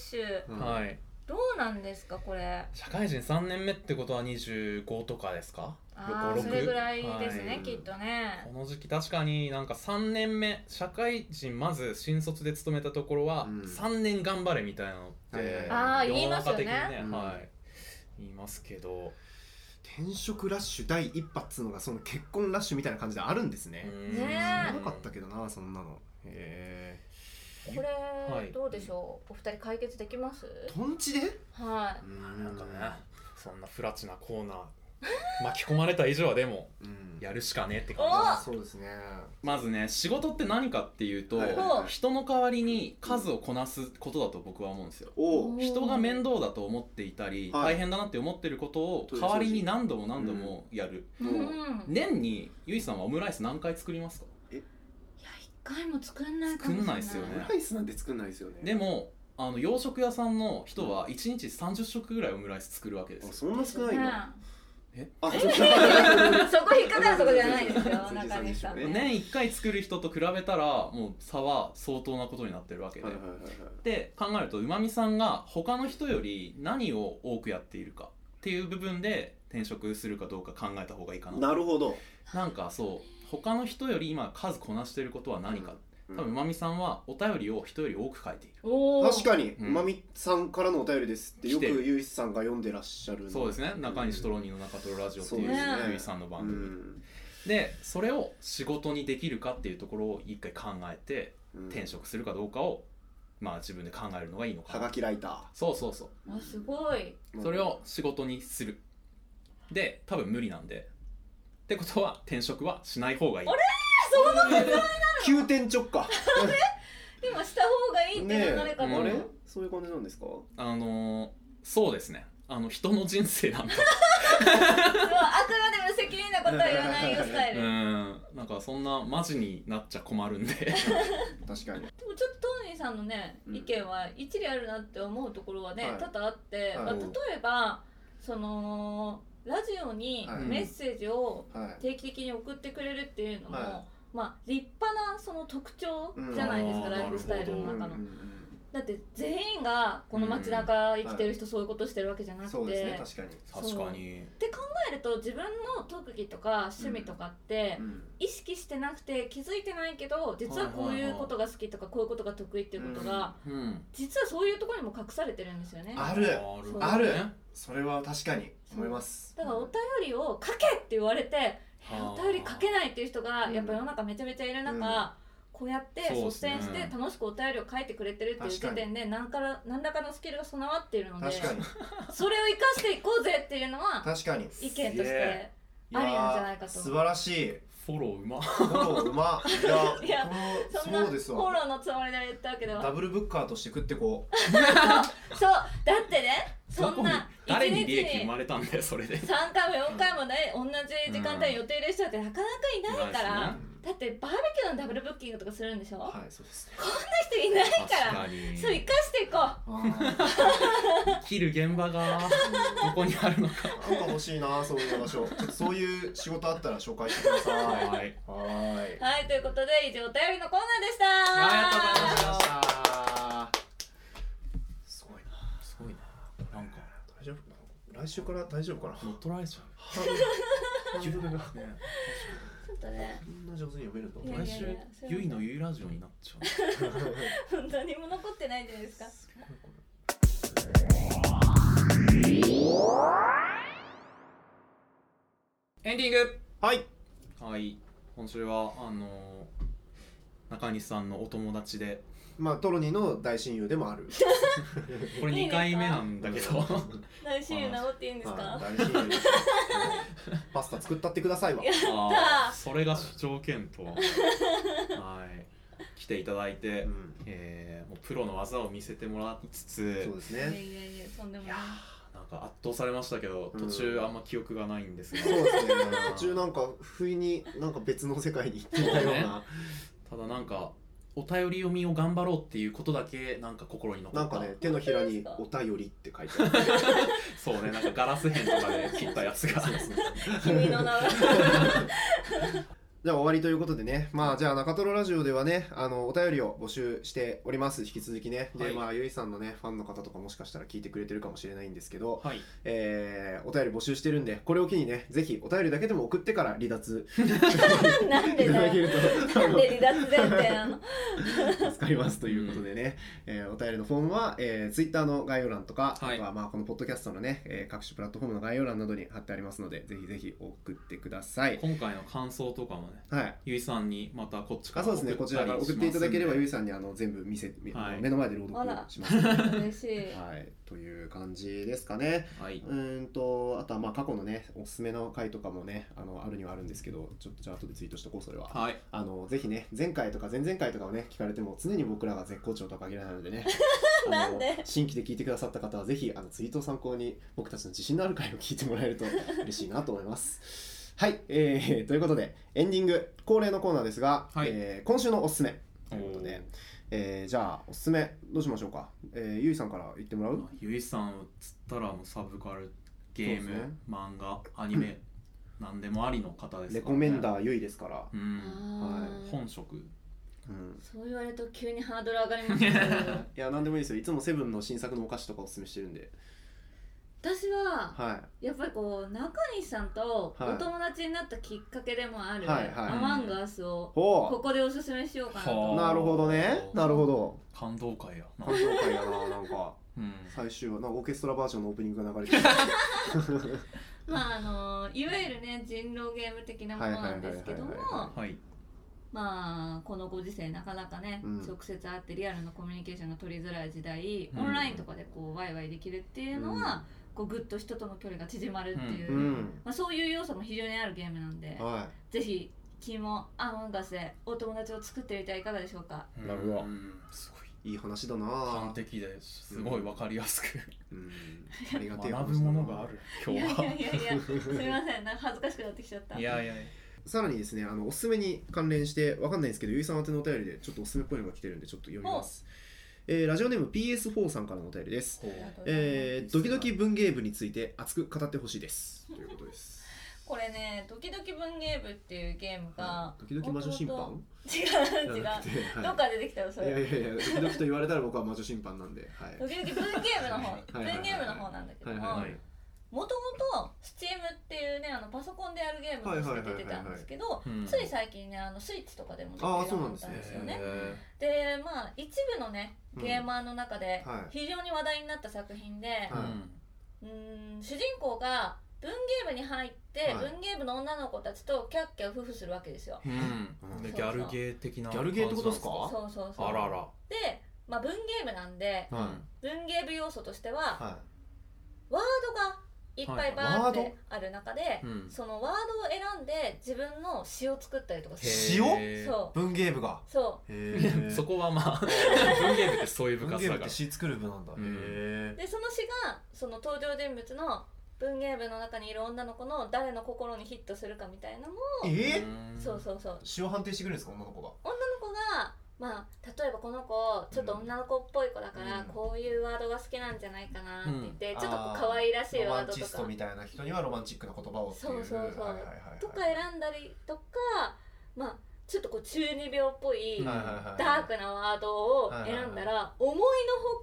S4: シュ
S1: い
S2: はい
S4: どうなんですかこれ
S2: 社会人3年目ってことは25とかですか
S4: あー
S2: 56
S4: それぐらいです
S2: は
S4: ねきっとね
S2: この時期確かになんか3年目社会人まず新卒で勤めたところは
S1: うん
S2: 3年頑張れみたいなのって、
S1: はいはい
S4: あー
S2: 世の中的に
S4: 言います
S1: よね
S2: はい言いますけど
S7: 転職ラッシュ第一波っつうのがその結婚ラッシュみたいな感じであるんですね、
S2: うん
S4: ね
S7: な
S4: え
S7: かったけどなそんなのへ
S4: こ
S2: は
S4: れ
S2: い
S4: どうでしょうお二人解決できます
S7: えとんちで
S4: はい
S2: なんかねそんな不らちなコーナー巻き込まれた以上はでも
S7: うん
S2: やるしかねえって
S4: お
S2: 感じです
S7: そうですね
S2: まずね仕事って何かっていうと、
S7: はい
S4: はい
S2: 人の代わりに数をこなすことだと僕は思うんですよ
S7: お
S4: お
S2: 人が面倒だと思っていたり、
S7: はい
S2: 大変だなって思ってることを
S7: そう
S2: 代
S7: です
S2: わりに何度も何度もやる、
S4: うん
S7: もう
S2: 年にゆいさんはオムライス何回作りますか
S4: いや一回も作んないかもし
S2: 作
S4: れ
S2: ん
S4: な
S2: ないっ
S4: い
S2: すよね
S7: ライスなんて作んないですよね
S2: でもあの洋食屋さんの人は1日30食ぐらいオムライス作るわけです
S7: あ
S2: よ
S7: そんな少ない
S4: ね
S7: の
S2: え
S7: あそう
S4: そこ引っかかるとこじ ゃないですよ
S7: そうそうそう
S4: 中西さん
S7: そう
S4: ね
S2: 年1回作る人と比べたらもう差は相当なことになってるわけで、
S7: はいはいはいはい
S2: で考えるとうまみさんが他の人より何を多くやっているかっていう部分で転職するかどうか考えた方がいいかな
S7: なるほど
S2: なんかそう他の人より今数こなしてることは何か、
S7: うん
S2: 多分うまみさんはお便りを人より多く書いている、
S4: おお
S7: 確かに、
S2: うん
S7: まみさんからのお便りですってよく
S2: 来て
S7: ゆいさんが読んでらっしゃるの
S2: そうですね中西トロニーの中トロラジオって
S7: そう
S2: い
S7: で
S2: う
S7: す
S4: ね
S2: ゆいさんの
S7: う
S2: 番組、
S7: ん
S2: でそれを仕事にできるかっていうところを一回考えて
S7: うん
S2: 転職するかどうかをまあ自分で考えるのがいいのか
S7: は
S2: な
S7: がきライタ
S2: そうそうそう
S4: あすごい
S7: ー
S2: それを仕事にするで多分無理なんでってことは転職はしない方がいい
S7: 急転直下
S4: 今した方がいいって流れか
S2: ね
S4: な
S7: あ
S2: え
S7: れ
S2: うん
S7: そういう感じなんですか
S2: あのーそうですねあの人の人生なんだ
S4: うわあくまでも責任なことは言わないよスタイ
S2: う
S4: ル
S2: んなんかそんなマジになっちゃ困るん で
S7: 確かに
S4: でもちょっとトーニーさんのね
S7: うん
S4: 意見は一理あるなって思うところは
S7: は
S4: ね、
S7: い
S4: 多々あっ
S7: は
S4: て、
S7: い
S4: まあ、例えばそのラジオに
S7: はい
S4: メッセージを
S7: はい
S4: 定期的に送ってくれるっていうのも、
S7: は
S4: まあ立派なその特徴じゃないですか、
S2: うん
S4: ライフスタイルの中の、
S7: うんうん
S4: だって全員がこの街中生きてる人そういうことしてるわけじゃ
S7: う
S4: なく
S7: ん
S4: て、
S7: そうですね
S4: っ
S7: 確かに
S2: 確かに
S4: て考えると自分の特技とか趣味とかって、
S7: うん
S4: 意識してなくて気づいてないけど実はこういうことが好きとかこういうことが得意っていうことが、
S2: うん
S4: 実はそういうところにも隠されてるんですよね
S7: ある
S4: そう
S7: あるそれは確かに思います
S4: だからお便りを書けって言われてえ
S2: あ
S4: お
S2: ー
S4: 便り書けないっていう人が
S7: うん
S4: やっぱ世の中めちゃめちゃいる中、
S7: うん
S4: こうやって
S2: そうっ
S4: 率
S2: すね
S4: 先して楽しくお便りを書いてくれてるっていう時点で何から何らかのスキルが備わっているので
S7: 確かに
S4: それを生かしていこうぜっていうのは
S7: 確かに
S4: 意見と
S2: す
S4: して
S2: げえ
S4: ありなんじゃないかと
S7: やー素晴らしい
S2: フォローうま
S7: フォローうまい
S4: いや
S7: 僕も
S4: そんなフ
S7: そうです
S4: ォ
S7: わ
S4: ローのつもりで言ったわけでは
S7: ダブルブッカーとして食ってこう
S4: そうだってねそん
S2: どこに
S4: な
S2: 誰
S4: 一
S2: に
S4: 日
S2: 利益生
S4: に
S2: まれたんだよそれで
S4: 3回も4回もね同じ時間帯予定入れしちゃうってなかなかいないから、
S2: うん
S4: だってバーベキューのダブルブッキングとかするんでしょ、
S7: はいそうですね
S4: こんな人いない
S2: 確
S4: から
S2: かに
S4: そう生かしていこう
S1: あ
S2: 切る現場 がどこにあるのか
S1: ーなんか欲しいなそういう 場所ちょっとそういう仕事あったら紹介してください
S2: はい
S1: はい
S4: はいということで以上お便りのコーナーでした
S2: ありがとうございました
S1: すごい
S2: すごいななんか
S1: な大丈夫かな来週から大丈夫かな
S2: 乗っ取られちゃう
S1: 自分が
S2: ね
S4: ちょっとね
S1: こんな上手に読めるの
S4: いや
S2: 来
S4: いやい
S2: 週
S4: や
S2: ゆいのゆいラジオになっちゃう
S4: 何も残ってないじゃないですか
S2: すごいこれエンディング
S1: はい
S2: はい今週はあの中西さんのお友達で
S1: まあトロニーの大親友でもある
S2: これ
S4: いい
S2: 2
S4: ですか
S2: 回目なんだけど
S4: 何親友なのっていいんです
S1: は
S4: か
S1: い大親友ですパスタ作ったってくださいわ
S2: あーそれが条件とははい来ていただいて、
S1: うん
S2: えーもうプロの技を見せてもらいつつ
S1: そうです
S4: いや
S1: ね
S4: いやいやとんでも
S2: い
S4: な
S2: や
S4: い
S2: ーなんか圧倒されましたけど途中あんま記憶がないんですが、
S1: そうですね途中なんか不意になんか別の世界に行っていたような
S2: ただなんかお便り読みを頑張ろうっていうことだけなんか心に残
S1: な
S2: っ
S1: ん
S2: た
S1: かね手のひらに「お便り」って書いてある
S2: そうねなんかガラス片とかで切ったやつが
S4: 君の名は
S1: じゃあ終わりということでね、まあじゃあ中トロラジオではね、あのお便りを募集しております、引き続きね。で、
S2: はい
S1: まあゆいさんのね、ファンの方とかもしかしたら聞いてくれてるかもしれないんですけど、
S2: はい
S1: えー、お便り募集してるんで、これを機にね、ぜひお便りだけでも送ってから離脱
S4: なん
S1: いた
S4: でだ
S1: だけ
S4: よ
S1: ると、
S4: なんで離脱前提なの
S1: 助かりますということでね、えーお便りのフォームは、えー、Twitter の概要欄とか、
S2: はい
S1: あとはまあこのポッドキャストのね、えー各種プラットフォームの概要欄などに貼ってありますので、ぜひぜひ送ってください。
S2: 今回の感想とかもね
S1: はい。
S2: ゆいさんにまたこっちか
S1: あ
S2: ら
S1: そうですね、こちらから送っていただければ、ゆいさんにあの全部見せ、み
S2: はい
S1: 目の前で朗
S4: あら
S1: 読しますので。
S4: 嬉しい
S1: はい、という感じですかね。
S2: んではいう
S1: ーんと、あとはまあ過去のね、おすすめの回とかもね、あのあるにはあるんですけど、ちょっとじゃあ後でツイートしとこう、それは。
S2: はい
S1: あのぜひね、前回とか前々回とかをね、聞かれても、常に僕らが絶好調とは限らないのでね、あの
S4: なんで
S1: 新規で聞いてくださった方は、ぜひあのツイートを参考に、僕たちの自信のある回を聞いてもらえると嬉しいなと思います。はい、えーということで、エンディング、恒例のコーナーですが、
S2: はい
S1: えー今週のおすすめということで、えーじゃあ、おすすめ、どうしましょうか、えーゆいさんから言ってもらう
S2: ゆいさんをつったらもうサブカルゲーム、
S1: そうですね
S2: 漫画アニメ何でもありの方ですから、ね、
S1: レコメンダーゆいですから、
S2: うん
S4: あー
S2: 本職
S1: うん、
S4: そう言われると急にハードル上がりますけど
S1: いや、なんでもいいですよ、いつもセブンの新作のお菓子とかおすすめしてるんで、
S4: 私は
S1: は
S4: やっぱりこう中西さんとお友達になったきっかけでもある、
S1: はいはい
S4: アマンガースを
S1: い、お
S4: ここでおすすめしようかな
S2: は
S4: と
S1: なるほどねなるほど
S2: 感動会や、
S1: 感動会だななんか
S2: うん、
S1: 最終はなんかオーケストラバージョンのオープニングが流れてる
S4: まああのいわゆるね人狼ゲーム的なものなんですけども
S1: はいはいはいはい
S2: はい
S4: まあこのご時世なかなかね、
S1: うん
S4: 直接会ってリアルなコミュニケーションが取りづらい時代、
S2: うん
S4: オンラインとかでこうワイワイできるっていうのは、こうぐっと人との距離が縮まるっていう、
S1: うん
S4: まあ、そういう要素も非常にあるゲームなんで、
S1: は
S4: ぜひ君もアマンガースでお友達を作ってみてはいかがでしょうか
S1: なるほど
S2: うんすごい
S1: いいい話だな
S2: 完璧ですごいわかりやすく
S1: うんありがてえ話だな
S2: 学ぶものがある今日
S4: いやい
S2: は
S4: やいや いやすみませんなんか恥ずかしくなってきちゃった
S2: いやいやいや
S1: さらにですねあのおすすめに関連してわかんないんですけどゆいさん宛てのお便りでちょっとおすすめっぽいのが来てるんでちょっと読みます、えーラジオネーム PS4 さんからのお便りです
S2: こう
S1: えー、ドキドキ文芸部について熱く語ってほしいですということです
S4: これね「ドキドキ文芸部」っていうゲームが
S1: ドキドキ魔女審判
S4: 違う違う、
S1: じゃなくてはい
S4: どっかでできたよそ
S1: いや
S4: れ
S1: いやいやドキドキと言われたら僕は魔女審判なんではい
S4: ドキドキ文芸部の方
S1: はいはい
S4: 文芸部の方なんだけども
S1: はいはい
S2: は
S1: はい
S2: い
S4: もともと Steam っていうねあのパソコンでやるゲームとして出てたんですけど
S2: うん
S4: つい最近ねあのスイッチとかでも出てる
S1: あ
S4: よ
S1: ーそうう
S4: に
S1: な
S4: なんっ
S1: です
S4: た
S1: ね
S4: んですよね
S2: へ
S4: でまあ一部のね
S1: うん
S4: ゲーマーの中で
S1: はい
S4: 非常に話題になった作品で
S2: ー
S1: はいう
S4: ーん主人公が文芸部に入って
S1: はい
S4: 文芸部の女の子たちとキャッキャ夫婦するわけですよ
S2: うんでギャルゲー的な
S1: ギャルゲーってことですか
S4: そ
S1: あ
S4: うそうそう
S2: あらら
S4: でまあ文芸部なんで
S1: はい
S4: 文芸部要素としては
S1: は
S4: ワードがいっぱい
S1: はい
S4: バーっ
S1: ワー
S4: て
S1: ド
S4: ある中で、
S2: うん
S4: そのワードを選んで自分の詩を作ったりとかす
S1: へー
S4: る
S2: 塩
S1: い
S4: そう
S1: 文芸部が
S4: そ
S1: へ
S2: そこはまあ文芸部ってそういう部
S1: 文
S2: 活
S1: 芸部
S2: だ
S1: っ
S2: から
S1: て詩作る部なんだ、
S2: うん
S4: う
S1: へ
S4: でその詩がその登場人物の文芸部の中にいる女の子の誰の心にヒットするかみたいなのも、
S1: ええ
S2: うん
S4: そうそうそう
S1: 詩を判定してくれるんですか女の子が
S4: 女の子がまあ例えばこの子ちょっと女の子っぽい子だから、
S1: うん
S4: こういうワードが好きなんじゃないかなって言って、
S1: うん
S4: ちょっとこう可愛らしい
S1: ロ
S4: ワ
S1: マ
S4: ー
S1: ン
S4: ドと
S1: チ
S4: か
S1: ストみたいな人にはロマンチックな言葉をっていう
S4: そうそうそう
S1: はいはいはいはい
S4: とか選んだりとかまあちょっとこう中二病っぽい、
S1: はいはいはいはい
S4: ダークなワードを選んだら思いのほ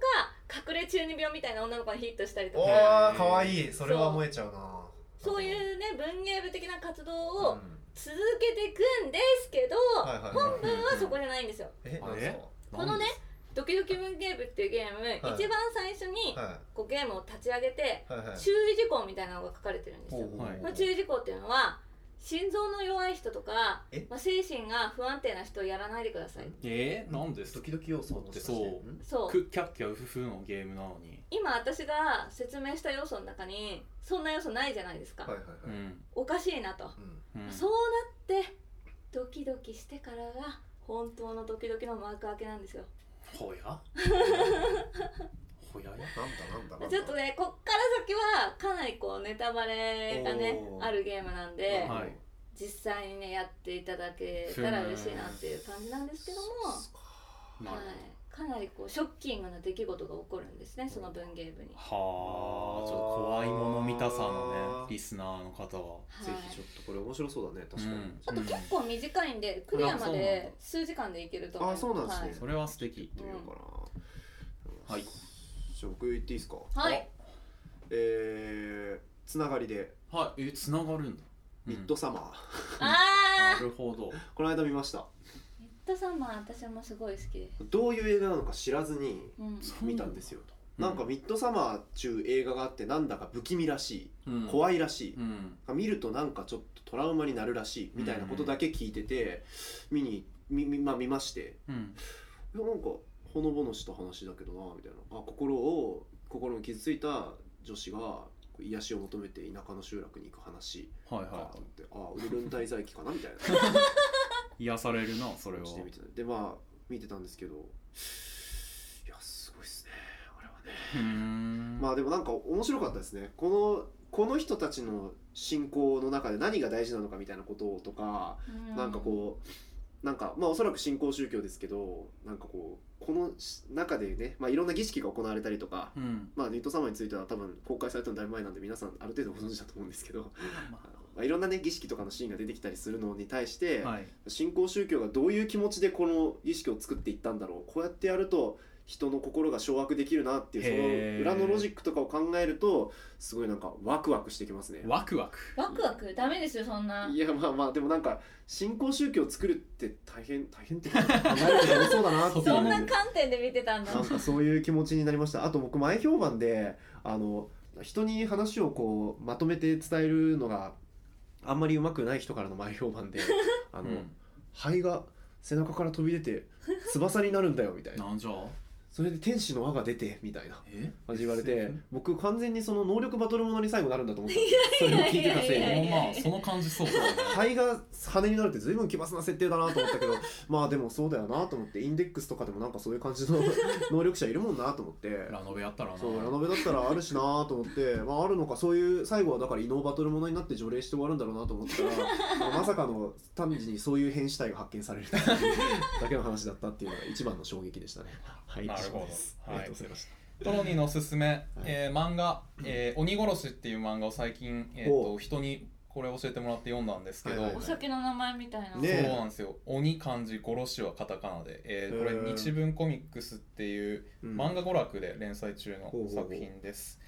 S4: か隠れ中二病みたいな女の子にヒットしたりと
S1: お
S4: か
S1: ーかわいいそれは燃えちゃうな
S4: そういううね文芸部的な活動
S1: ん
S4: を続けていくんですけど、
S1: はいはいはい
S4: 本文はそこじゃないんですよ。
S1: え
S2: あ
S1: なんですか
S4: このねドキドキ文芸部っていうゲーム、
S1: はい
S4: 一番最初に
S1: は
S4: こうゲームを立ち上げて
S1: いはいはい
S4: 注意事項みたいなのが書かれてるんですよ。
S2: はい
S4: まあ、注意事項っていうのは心臓の弱い人とか
S1: え、
S4: まあ、精神が不安定な人をやらないでください。
S2: えー、なんです
S1: ドキドキ要素を持ち出して
S2: そう
S1: うん
S4: そう
S2: くキャッキャウフフのゲームなのに、
S4: 今私が説明した要素の中にそんな要素ないじゃないですか、
S1: はいはい
S2: うん
S1: はい
S4: おかしいなと、
S1: うん
S2: うん、
S4: そうなってドキドキしてからが本当のドキドキの幕開けなんですよ
S2: ほ や
S1: なんだなん
S2: ほやや
S1: だなんだ
S4: ちょっとねこっから先はかなりこうネタバレがね
S1: おー
S4: あるゲームなんで、
S2: はい
S4: 実際にねやっていただけたら嬉しいなっていう感じなんですけども、
S2: な
S4: は
S2: る
S4: い、かなりこうショッキングな出来事が起こるんですねその文芸部に。
S2: ほどはあちょっと怖いもの見たさのねリスナーの方は
S4: はい
S1: ぜひちょっとこれ面白そうだね確かに
S4: あと結構短いんで、クリアまで数時間でいけると思います。
S1: あそうなんですね
S2: それは素敵
S1: どういうのかな
S2: はい
S1: じゃあ僕言っていいですか
S4: はい。
S1: えーつながりで
S2: はいえ繋がるんだ
S1: ミッド
S2: うん
S1: サマー
S4: あ
S2: な
S4: あ。
S2: るほど
S1: この間見ました
S4: ミッドサマー、私もすごい好きです。
S1: どういう映画なのか知らずに
S4: うん。
S1: 見たんですよ
S2: うん
S1: なんかミッドサマー中映画があってなんだか不気味らしい
S2: い
S1: 怖いらしい
S2: うん
S1: 見るとなんかちょっとトラウマになるらしいみたいなことだけ聞いてて見にみみまあ見まして
S2: うん
S1: いやなんかほのぼのした話だけどなみたいなあ心を心に傷ついた女子がこう癒しを求めて田舎の集落に行く話
S2: はい
S1: か
S2: は
S1: と思って、あウルルン滞在期かなみたい な
S2: い癒されるなそれは
S1: してみてでまあ見てたんですけどいやすごいっすねあれはね
S2: うーん
S1: まあでもなんか面白かったですねこのこの人たちの信仰の中で何が大事なのかみたいなこととかなんかこうなんかまあおそらく新興宗教ですけどなんかこうこのし中でね、まあ、いろんな儀式が行われたりとか、
S2: うん
S1: まあ、ニット様については多分公開されたのだいぶ前なんで皆さんある程度ご存知だと思うんですけど、 あのまあ、いろんなね儀式とかのシーンが出てきたりするのに対して、
S2: はい
S1: 新興宗教がどういう気持ちでこの儀式を作っていったんだろうこうやってやると人の心が掌握できるなってい
S2: へー
S1: うその裏のロジックとかを考えるとすごいなんかワクワクしてきますね。
S2: ワクワク
S4: ワクワク、ダメですよ、そんな。
S1: いやまあまあでもなんか新興宗教を作るって大変大変って考えるとそうだなっていう
S4: そんな観点で見てたんだ。
S1: なんかそういう気持ちになりましたあと僕前評判であの人に話をこうまとめて伝えるのがあんまりうまくない人からの前評判であ
S2: あ
S1: の、肺が背中から飛び出て翼になるんだよみたいな
S2: なんじゃ
S1: それで天使の輪が出てみたいな
S2: え
S1: 感じ言われて僕完全にその能力バトルものに最後なるんだと思ったんですそれを聞いてたせい
S4: いやいやいや
S1: で。
S4: いや
S2: まあその感じそうだね
S1: 肺が羽になるって随分奇抜な設定だなと思ったけ どまあでもそうだよなと思ってインデックスとかでもなんかそういう感じ の能力者いるもんなと思って
S2: ラノベやったらな
S1: そうラノベだったらあるしなと思って、まあ、あるのかそういう最後はだから異能バトルものになって除霊して終わるんだろうなと思ったらまあまさかの単にそういう変死体が発見されるっていうだけの話だったっていうのが一番の衝撃でしたね。はい、
S2: なるほど
S1: 以上ですあり
S2: はい
S1: がとうございました。
S2: トロニーのおすすめ、えー漫画、えー鬼殺し」っていう漫画を最近、えー、
S1: お
S2: と
S1: う
S2: 人にこれ教えてもらって読んだんですけど、
S1: はいはい
S4: お酒の名前みたいな。
S1: ねえ
S2: そうなんですよ「鬼漢字殺し」はカタカナで、えーこ
S1: へ
S2: れ
S1: ー
S2: 日文コミックスっていう
S1: うん
S2: 漫画娯楽で連載中の
S1: ほうほうほう
S2: 作品です、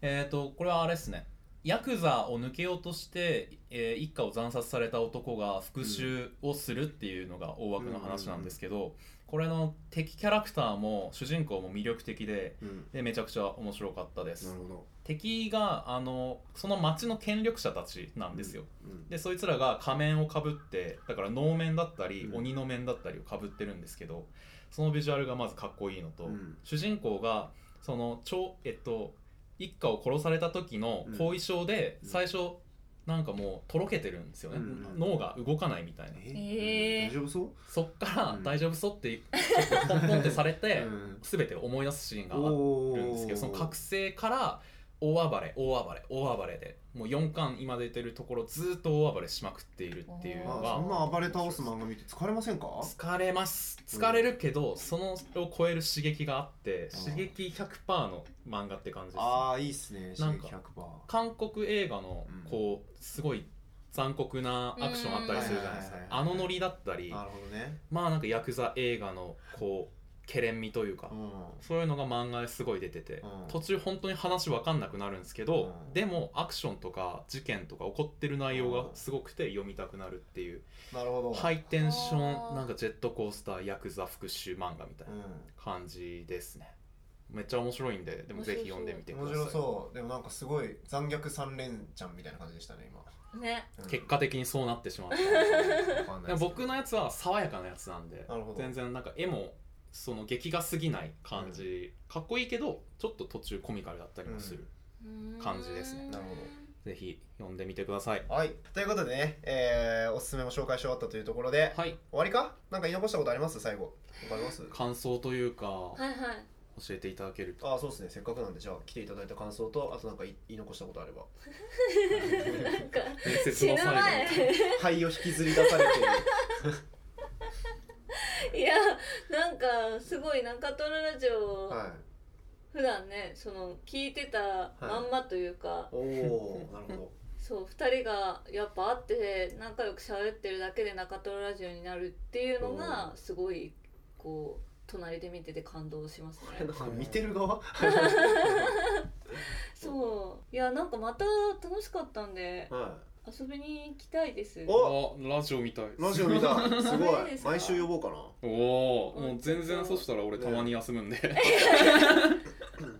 S2: えっ、とこれはあれですねヤクザを抜けようとして、えー一家を惨殺された男が復讐をするっていうのが大枠の話なんですけど、これの敵キャラクターも主人公も魅力的で
S1: うん
S2: でめちゃくちゃ面白かったです
S1: なるほど。
S2: 敵があのその町の権力者たちなんですよ、
S1: うん
S2: でそいつらが仮面をかぶってだから能面だったり、
S1: うん
S2: 鬼の面だったりをかぶってるんですけどそのビジュアルがまずかっこいいのと、
S1: うん
S2: 主人公がそのちょえっと一家を殺された時の
S1: うん
S2: 後遺症で
S1: うん
S2: 最初、なんかもうとろけてるんですよね、
S1: うん
S2: 脳が動かないみたいな
S4: ええ
S1: 大丈夫そう？
S2: そっから
S1: うん
S2: 大丈夫そうってちょっとポンポンってされて、
S1: うん
S2: 全てを思い出すシーンがあっ
S1: お
S2: るんですけどその覚醒から大暴れ大暴れ大暴れでもう4巻今出てるところずっと大暴れしまくっているっていうの
S1: あ
S2: が
S1: そんな暴れ倒す漫画見て疲れませんか
S2: 疲れます疲れるけど、そのを超える刺激があって刺激100%の漫画って感じです
S1: ああいいっすね
S2: な
S1: 刺
S2: んか
S1: 激100%
S2: 韓国映画の
S1: うん
S2: こうすごい残酷なアクションあったりするじゃないですか
S1: うん
S2: あのノリだったり
S1: なるほどね
S2: まあなんかヤクザ映画のこうけれんみというか、
S1: う
S2: そういうのが漫画ですごい出てて、
S1: うん
S2: 途中本当に話分かんなくなるんですけど、
S1: うん
S2: でもアクションとか事件とか起こってる内容がすごくて読みたくなるっていう、
S1: んなるほど
S2: ハ
S1: い
S2: イテンショ
S4: あー
S2: ンなんかジェットコースターヤクザ復讐漫画みたいな感じですねめっちゃ面白いんででもぜひ読んでみてくだ
S1: 面
S2: さい
S1: 白そうでもなんかすごい残虐三連チャンみたいな感じでしたね今
S4: ね
S1: うん
S2: 結果的にそうなってしまう
S1: わかんないで
S2: でも
S1: すけど
S2: 僕のやつは爽やかなやつなんで
S1: なるほど
S2: 全然なんか絵もその劇が過ぎない感じ、かっこいいけどちょっと途中コミカルだったりもする、感じですね
S1: なるほど
S2: ぜひ読んでみてください
S1: はいということでねえーおすすめも紹介し終わったというところで
S2: はい
S1: 終わりかなんか言い残したことあります最後わかります
S2: 感想というか
S4: は いはい
S2: 教えていただけると
S1: ああそうですねせっかくなんでじゃあ来ていただいた感想とあとなんかい言い残したことあれ ば
S4: なんか
S2: 伝説
S4: 死
S2: の
S4: ぬ
S2: 最
S4: 前
S2: 後
S1: 肺を引きずり出されてる
S4: いやなんかすごい中トロラジオ、
S1: はい
S4: 普段ねその聞いてたまんまというか、
S1: おおなるほ ど
S4: そう2人がやっぱ会って仲良く喋ってるだけで中トロラジオになるっていうのがすごいこう隣で見てて感動しますね
S1: なんか見てる 側
S4: そういやなんかまた楽しかったんで
S1: は
S4: 遊びに行きたいです
S1: お
S2: あラジオみたい
S1: いラジオ見たすご
S4: いいで
S1: い
S4: すか
S1: 毎週呼ぼう かな
S2: おおもう全然そしたら俺たまに休むんで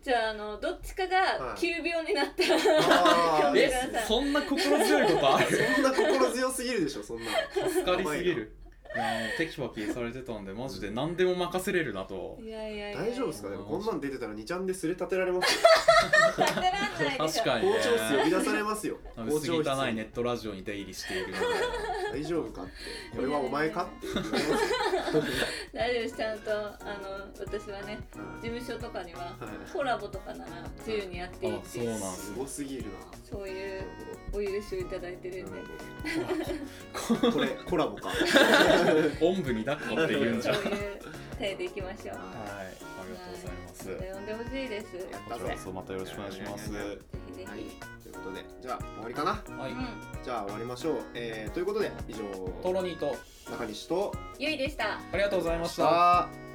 S4: じゃああのどっちかが
S1: はい
S4: 急病になったら、
S1: あー
S4: え
S1: いいですね
S2: そんな心強いことある
S1: そんな心強すぎるでしょそんな
S2: 助かりすぎるいやもうテキパキされてたんでマジで何でも任せれるなと
S4: い、やいやいや
S1: 大丈夫ですかでもこんなん出てたら2ちゃんですれ立てられますよ
S4: 立てらんないでし
S2: 確
S4: ょ
S2: か
S1: 校
S2: にね
S1: 長室呼び出されますよ校長
S2: 薄汚
S1: 室
S2: いネットラジオに出入りしてい るので
S1: 大丈夫かってこれはお前かって言われますよ
S4: 大丈夫ですちゃんとあの私はね
S1: は
S4: 事務所とかにはい
S1: はい
S4: コラボとかなら自由にやっていいって
S2: あそ
S4: い
S2: う
S4: う
S2: なん
S1: すごすぎる
S4: そういう
S1: な
S4: お許しをいただいてるんで、
S1: これコラボか
S2: おんぶに抱っこって言うんじ
S4: そ
S2: ゃ
S4: う
S2: はい
S4: いう体でいきましょう。
S2: ありがとうございます
S4: また呼んでほしいです。ぜ
S1: やった
S2: こちら
S1: ぜ
S2: こそまたよろしくお願いします
S4: ひぜ
S1: は
S4: ひ。
S1: いということでじゃあ終わりかな
S2: はい
S4: うん、
S1: じゃあ終わりましょう、えー、ということで以上
S2: トロニーと
S1: 中西と
S4: ゆいでした。
S2: ありがとうございました
S1: さあ